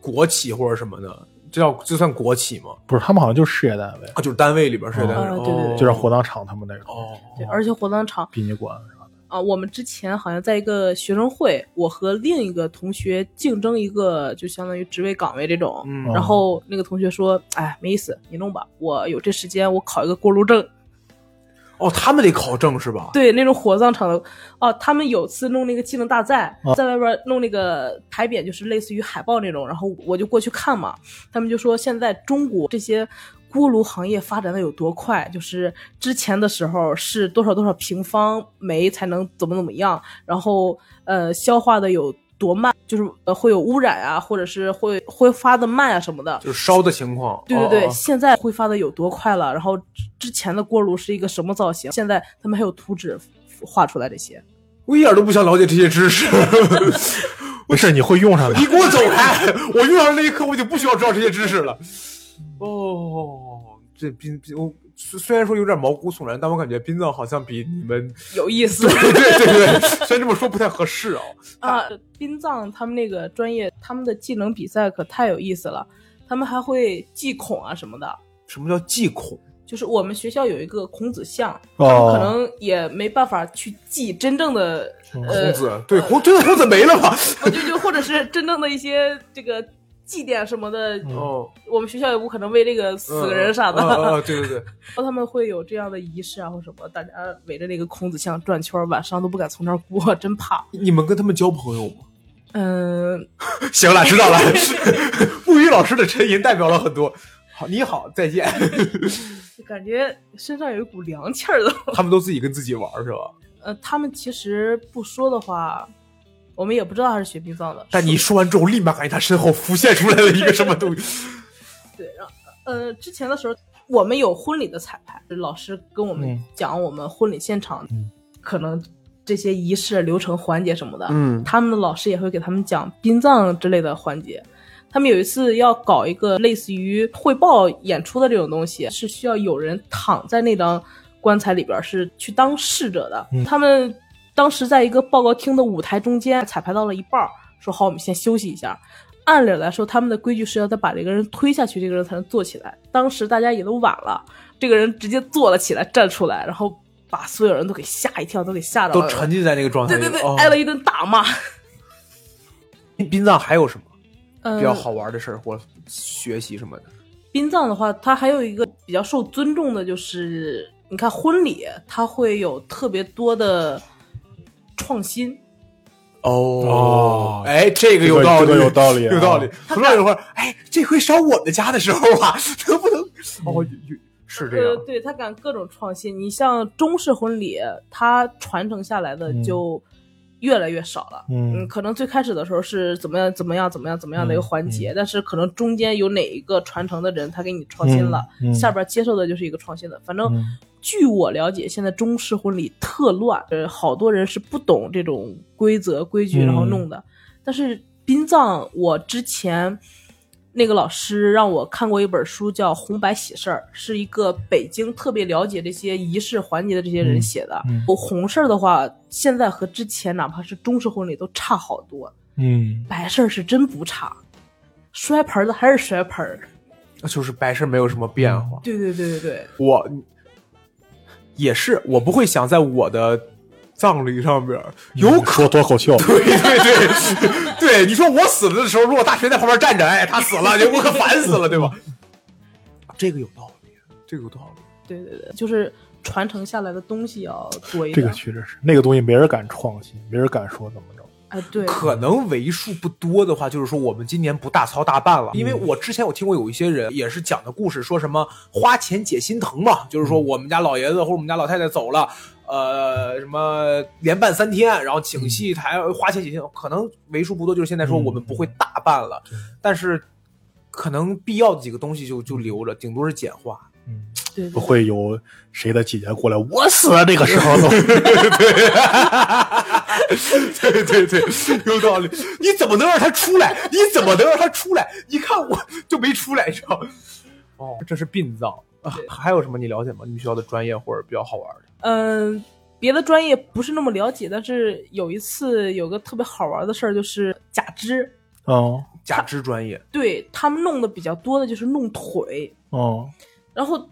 Speaker 2: 国企或者什么的，这叫这算国企吗？
Speaker 1: 不是他们好像就是事业单位，
Speaker 2: 啊，就是单位里边是单位，
Speaker 3: 哦对对对
Speaker 2: 哦
Speaker 1: 就像火葬场他们那种
Speaker 2: 哦，
Speaker 3: 对，而且火葬场
Speaker 1: 殡仪馆啥的。
Speaker 3: 啊，我们之前好像在一个学生会，我和另一个同学竞争一个，就相当于职位岗位这种。
Speaker 2: 嗯，
Speaker 1: 哦
Speaker 3: 然后那个同学说：“哎，没意思，你弄吧，我有这时间，我考一个锅炉证。”
Speaker 2: 哦，他们得考证是吧？
Speaker 3: 对，那种火葬场的哦，他们有次弄那个技能大赛，在外边弄那个牌匾，就是类似于海报那种，然后我就过去看嘛，他们就说现在中国这些锅炉行业发展的有多快，就是之前的时候是多少多少平方煤才能怎么怎么样，然后呃消化的有多慢，就是呃会有污染啊，或者是会挥发的慢啊什么的。
Speaker 2: 就是烧的情况。
Speaker 3: 对对对，
Speaker 2: 哦
Speaker 3: 现在挥发的有多快了？然后之之前的锅炉是一个什么造型？现在他们还有图纸画出来这些。
Speaker 2: 我一点都不想了解这些知 识。
Speaker 1: 没事，你会用上的
Speaker 2: 你。给我走开！我用上那一刻，我就不需要知道这些知识了。哦，这殡殡，我虽虽然说有点毛骨悚然，但我感觉殡葬好像比你们
Speaker 3: 有意 思
Speaker 2: 对对对，虽然这么说不太合适啊。
Speaker 3: 啊！殡葬他们那个专业，他们的技能比赛可太有意思了，他们还会祭孔啊什么的。
Speaker 2: 什么叫祭孔？
Speaker 3: 就是我们学校有一个孔子像，
Speaker 1: 哦，
Speaker 3: 可能也没办法去祭真正的
Speaker 2: 孔
Speaker 3: 呃，
Speaker 2: 子对孔，真的孔子没了吧？
Speaker 3: 就就或者是真正的一些这个祭奠什么的，
Speaker 2: 哦，
Speaker 3: 我们学校也不可能为这个死个人啥的。
Speaker 2: 啊啊，啊对 对对，
Speaker 3: 然后他们会有这样的仪式啊或什么，大家围着那个孔子像转圈儿，晚上都不敢从那儿过， 真怕。
Speaker 2: 你们跟他们交朋友吗？
Speaker 3: 嗯，
Speaker 2: 行了，知 道了。木鱼老师的沉吟代表了很多。好，你好，再 见。
Speaker 3: 感觉身上有一股凉气儿的。
Speaker 2: 他们都自己跟自己玩儿是吧？
Speaker 3: 呃，他们其实不说的话，我们也不知道他是学殡葬的。
Speaker 2: 但你说完之后，立马感觉他身后浮现出来了一个什么东西。
Speaker 3: 对，然后呃，之前的时候我们有婚礼的彩排，老师跟我们
Speaker 1: 嗯
Speaker 3: 讲我们婚礼现场、
Speaker 1: 嗯
Speaker 3: 可能这些仪式、流程、环节什么的，
Speaker 2: 嗯
Speaker 3: 他们的老师也会给他们讲殡葬之类的环节。他们有一次要搞一个类似于汇报演出的这种东西，是需要有人躺在那张棺材里边儿，是去当侍者的。
Speaker 1: 嗯
Speaker 3: 他们当时在一个报告厅的舞台中间彩排到了一半儿，说好我们先休息一下。按理来说，他们的规矩是要再把这个人推下去，这个人才能坐起来。当时大家也都晚了，这个人直接坐了起来，站出来，然后把所有人都给吓一跳，都给吓着了，
Speaker 2: 都沉浸在那个状态
Speaker 3: 对
Speaker 2: 里。
Speaker 3: 对对
Speaker 2: 哦，
Speaker 3: 挨了一顿打骂。
Speaker 2: 殡葬还有什么
Speaker 3: 嗯，
Speaker 2: 比较好玩的事儿或学习什么的？
Speaker 1: 嗯
Speaker 3: 殡葬的话，它还有一个比较受尊重的，就是你看婚礼，它会有特别多的创新。
Speaker 1: 哦
Speaker 2: 哎，这个有
Speaker 1: 这个
Speaker 2: 道理，
Speaker 1: 这个有道理啊
Speaker 2: 有道理。不然一会儿，哎，这回烧我们家的时候啊， 能不能？
Speaker 1: 嗯
Speaker 2: 哦，有有是这
Speaker 3: 呃
Speaker 2: 样，，
Speaker 3: 对，它敢各种创新。你像中式婚礼，它传承下来的
Speaker 1: 嗯
Speaker 3: 就越来越少了。
Speaker 1: 嗯
Speaker 3: 嗯，可能最开始的时候是怎么样怎么样怎么样怎么样的一
Speaker 1: 嗯
Speaker 3: 个环节，
Speaker 1: 嗯
Speaker 3: 但是可能中间有哪一个传承的人他给你创新了，
Speaker 1: 嗯嗯
Speaker 3: 下边接受的就是一个创新的。反正、
Speaker 1: 嗯
Speaker 3: 据我了解，现在中式婚礼特乱，呃，好多人是不懂这种规则规矩，
Speaker 1: 嗯
Speaker 3: 然后弄的。但是殡葬，我之前那个老师让我看过一本书，叫《红白喜事儿》，是一个北京特别了解这些仪式环节的这些人
Speaker 1: 嗯
Speaker 3: 写的。
Speaker 1: 嗯
Speaker 3: 我红事儿的话，现在和之前哪怕是中式婚礼都差好多，
Speaker 1: 嗯，
Speaker 3: 白事儿是真不差，摔盆儿的还是摔盆儿。嗯
Speaker 2: 就是白事儿没有什么变化。
Speaker 3: 对对对对对，
Speaker 2: 我也是，我不会想在我的葬礼上边儿有
Speaker 1: 嗯说脱口秀，
Speaker 2: 对对对，对，你说我死了的时候，如果大学在旁边站着，哎，他死了，我可烦死了，对吧？这个有道理，这个有道理。
Speaker 3: 对对对，就是传承下来的东西要多一
Speaker 1: 这
Speaker 3: 点。
Speaker 1: 个确实是那个东西没人敢创新，没人敢说怎么着。
Speaker 3: 哎，对，
Speaker 2: 可能为数不多的话，就是说我们今年不大操大办了，因为我之前我听过有一些人也是讲的故事，说什么花钱解心疼嘛，就是说我们家老爷子或者我们家老太太走了。呃，什么连办三天，然后请戏台花钱解心，可能为数不多。就是现在说
Speaker 1: 嗯
Speaker 2: 我们不会大办了，
Speaker 1: 对
Speaker 2: 但是可能必要的几个东西就就留着，顶多是简化。
Speaker 1: 嗯，
Speaker 3: 对对
Speaker 1: 不会有谁的姐姐过来，我死啊了这个 时候都
Speaker 2: 对对对，有道理。你怎么能让他出来？你怎么能让他出来？你看我就没出来，你知道吗？哦，这是殡葬啊
Speaker 3: 对
Speaker 2: 还有什么你了解吗？你们学校的专业或者比较好玩的？
Speaker 3: 嗯，别的专业不是那么了解，但是有一次有个特别好玩的事儿，就是假肢，
Speaker 1: 哦
Speaker 2: 假肢专业，
Speaker 3: 对他们弄的比较多的就是弄腿，
Speaker 1: 哦，
Speaker 3: 然后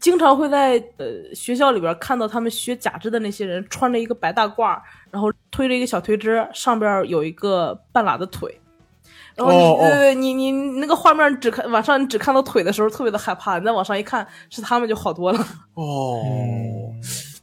Speaker 3: 经常会在呃学校里边看到他们学假肢的那些人穿着一个白大褂，然后推着一个小推车，上边有一个半拉的腿。然后你、
Speaker 2: 哦哦
Speaker 3: 对对对，你你你那个画面只看往上，你只看到腿的时候特别的害怕，你再往上一看是他们就好多了。
Speaker 2: 哦
Speaker 1: 嗯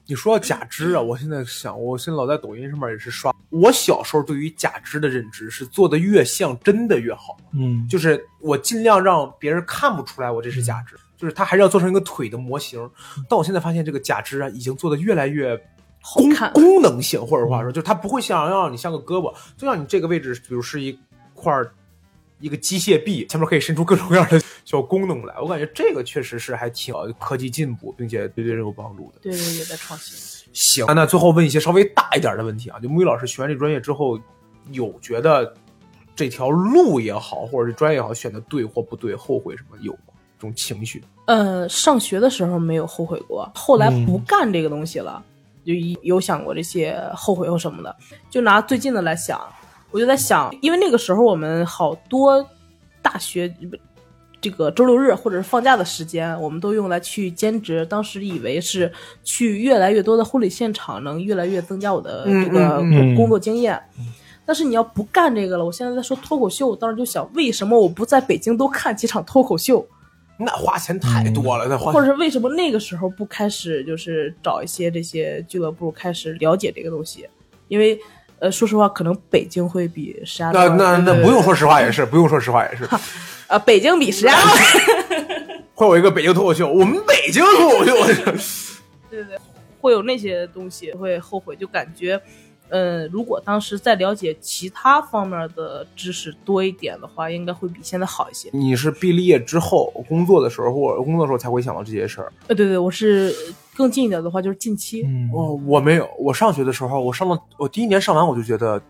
Speaker 2: 你说到假肢啊，我现在想，我现在老在抖音上面也是刷。我小时候对于假肢的认知是做的越像真的越好，
Speaker 1: 嗯，
Speaker 2: 就是我尽量让别人看不出来我这是假肢。就是它还是要做成一个腿的模型。但我现在发现这个假肢啊，已经做的越来越功
Speaker 3: 看
Speaker 2: 功能性，或者话说，就是它不会像让你像个胳膊，就像你这个位置，比如是一块儿一个机械臂，前面可以伸出各种各样的小功能来。我感觉这个确实是还挺呃科技进步，并且对对人有帮助的。
Speaker 3: 对对，也在创新。
Speaker 2: 行，那最后问一些稍微大一点的问题啊，就木鱼老师学完这专业之后，有觉得这条路也好，或者是专业也好，选的对或不对，后悔什么有吗？这种情绪，
Speaker 3: 呃，上学的时候没有后悔过，后来
Speaker 1: 嗯
Speaker 3: 不干这个东西了，就一有想过这些后悔或什么的。就拿最近的来想，我就在想，因为那个时候我们好多大学不这个周六日或者是放假的时间，我们都用来去兼职。当时以为是去越来越多的婚礼现场，能越来越增加我的
Speaker 2: 嗯
Speaker 3: 这个
Speaker 2: 嗯
Speaker 1: 嗯
Speaker 3: 工作经验。但是你要不干这个了，我现在在说脱口秀，我当时就想，为什么我不在北京多看几场脱口秀？
Speaker 2: 那花钱太多了，那花
Speaker 3: 或者是为什么那个时候不开始就是找一些这些俱乐部开始了解这个东西？因为呃，说实话，可能北京会比石家
Speaker 2: 那
Speaker 3: 庄
Speaker 2: 那那
Speaker 3: 对
Speaker 2: 不用说实话也是，不用说实话也 是。
Speaker 3: 啊，北京比石家庄
Speaker 2: 会有一个北京脱口秀，我们北京脱口秀，
Speaker 3: 会有那些东西会后悔，就感觉。呃，如果当时再了解其他方面的知识多一点的话，应该会比现在好一些。
Speaker 2: 你是毕了业之后工作的时候或者工作的时候才会想到这些事儿。
Speaker 3: 呃，对对，我是更近一点的话，就是近期，
Speaker 1: 嗯，
Speaker 2: 哦，我没有，我上学的时候，我上到我第一年上完我就觉得，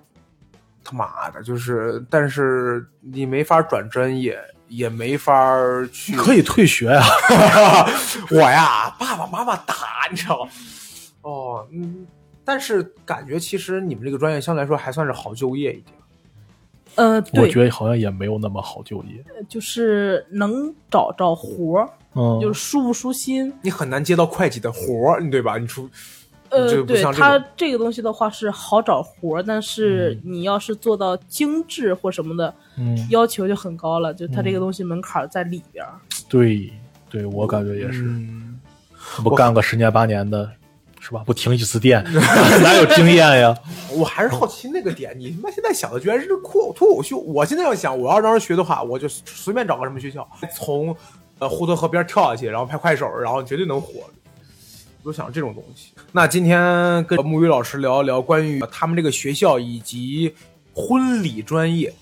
Speaker 2: 他妈的，就是，但是你没法转专业，也没法 去。
Speaker 1: 可以退学啊呀、
Speaker 2: 我呀，爸爸妈妈打，你知道吗？哦，嗯，但是感觉其实你们这个专业相对来说还算是好就业一点。
Speaker 3: 呃，
Speaker 1: 我
Speaker 3: 对，
Speaker 1: 觉得好像也没有那么好就业。
Speaker 3: 就是能找着活儿，
Speaker 1: 嗯，
Speaker 3: 就是舒不舒心，
Speaker 2: 你很难接到会计的活儿，你对吧？你出，你
Speaker 3: 呃，
Speaker 2: 就不
Speaker 3: 对
Speaker 2: 像这
Speaker 3: 它
Speaker 2: 种嗯
Speaker 3: 这个东西的话是好找活儿，但是你要是做到精致或什么的，
Speaker 1: 嗯，
Speaker 3: 要求就很高了。就它这个
Speaker 1: 嗯
Speaker 3: 东西门槛儿在里边儿。
Speaker 1: 对对，我感觉也是，
Speaker 2: 嗯
Speaker 1: 不干个十年八年的，是吧？不停几次电， 哪有经验呀？
Speaker 2: 我还是好奇那个点，你他妈现在想的居然是脱口脱口秀。我现在要想，我要当时学的话，我就随便找个什么学校，从呃胡同河边跳下去，然后拍快手，然后绝对能火。我就想这种东西。那今天跟木鱼老师聊一聊关于他们这个学校以及婚礼专业，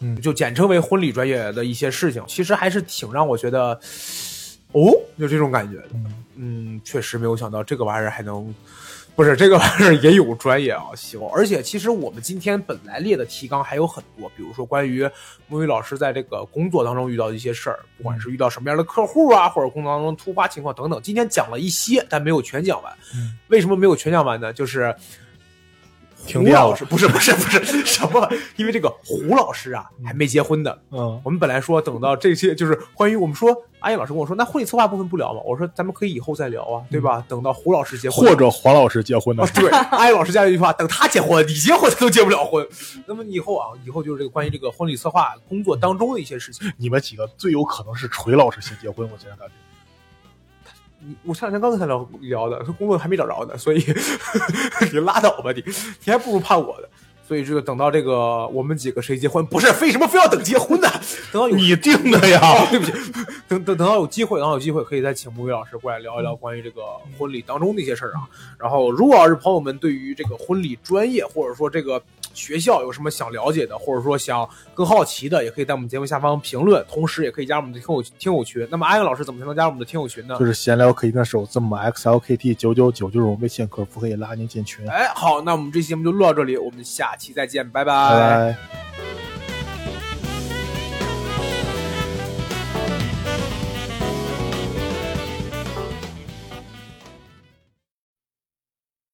Speaker 1: 嗯
Speaker 2: 就简称为婚礼专业的一些事情，其实还是挺让我觉得，哦，就这种感觉的。嗯，确实没有想到这个玩意儿还能，不是这个玩意儿也有专业啊，希望。而且其实我们今天本来列的提纲还有很多，比如说关于木鱼老师在这个工作当中遇到的一些事儿，不管是遇到什么样的客户啊，或者工作当中突发情况等等。今天讲了一些，但没有全讲完。
Speaker 1: 嗯
Speaker 2: 为什么没有全讲完呢？就是。
Speaker 1: 停
Speaker 2: 胡
Speaker 1: 电
Speaker 2: 老
Speaker 1: 了
Speaker 2: 师不是不是不是什么？因为这个胡老师啊还没结婚呢，
Speaker 1: 嗯
Speaker 2: 我们本来说等到这些就是关于我们说，阿燕老师跟我说，那婚礼策划部分不聊嘛？我说咱们可以以后再聊啊，对吧？等到胡老师结婚，
Speaker 1: 嗯或者黄老师结婚的
Speaker 2: 哦
Speaker 1: 时候，
Speaker 2: 对，阿燕老师加了一句话，等他结婚，你结婚他都结不了婚。那么以后啊，以后就是这个关于这个婚礼策划工作当中的一些事情。
Speaker 1: 你们几个最有可能是锤老师先结婚，我现在感觉。
Speaker 2: 你我前两天刚跟他聊聊的，他工作还没找着呢，所以 你拉倒吧你，你还不如怕我的。所以这个等到这个我们几个谁结婚，不是为什么非要等结婚呢？ 等到有
Speaker 1: 你定的
Speaker 2: 哦
Speaker 1: 呀，
Speaker 2: 对不起，等等等到有机会，等到有机会可以再请木鱼老师过来聊一聊关于这个婚礼当中的一些事儿啊。然后，如果要是朋友们对于这个婚礼专业或者说这个学校有什么想了解的，或者说想更好奇的，也可以在我们节目下方评论，同时也可以加入我们的听友听友群。那么，阿英老师怎么才能加入我们的听友群呢
Speaker 1: 就？是闲聊可以跟手字母 XLKT 九九九，就是我们微信客服可以拉您进群。拜
Speaker 2: 哎，好，那我们这期节目就录到这里，我们下期再见，拜
Speaker 1: 拜。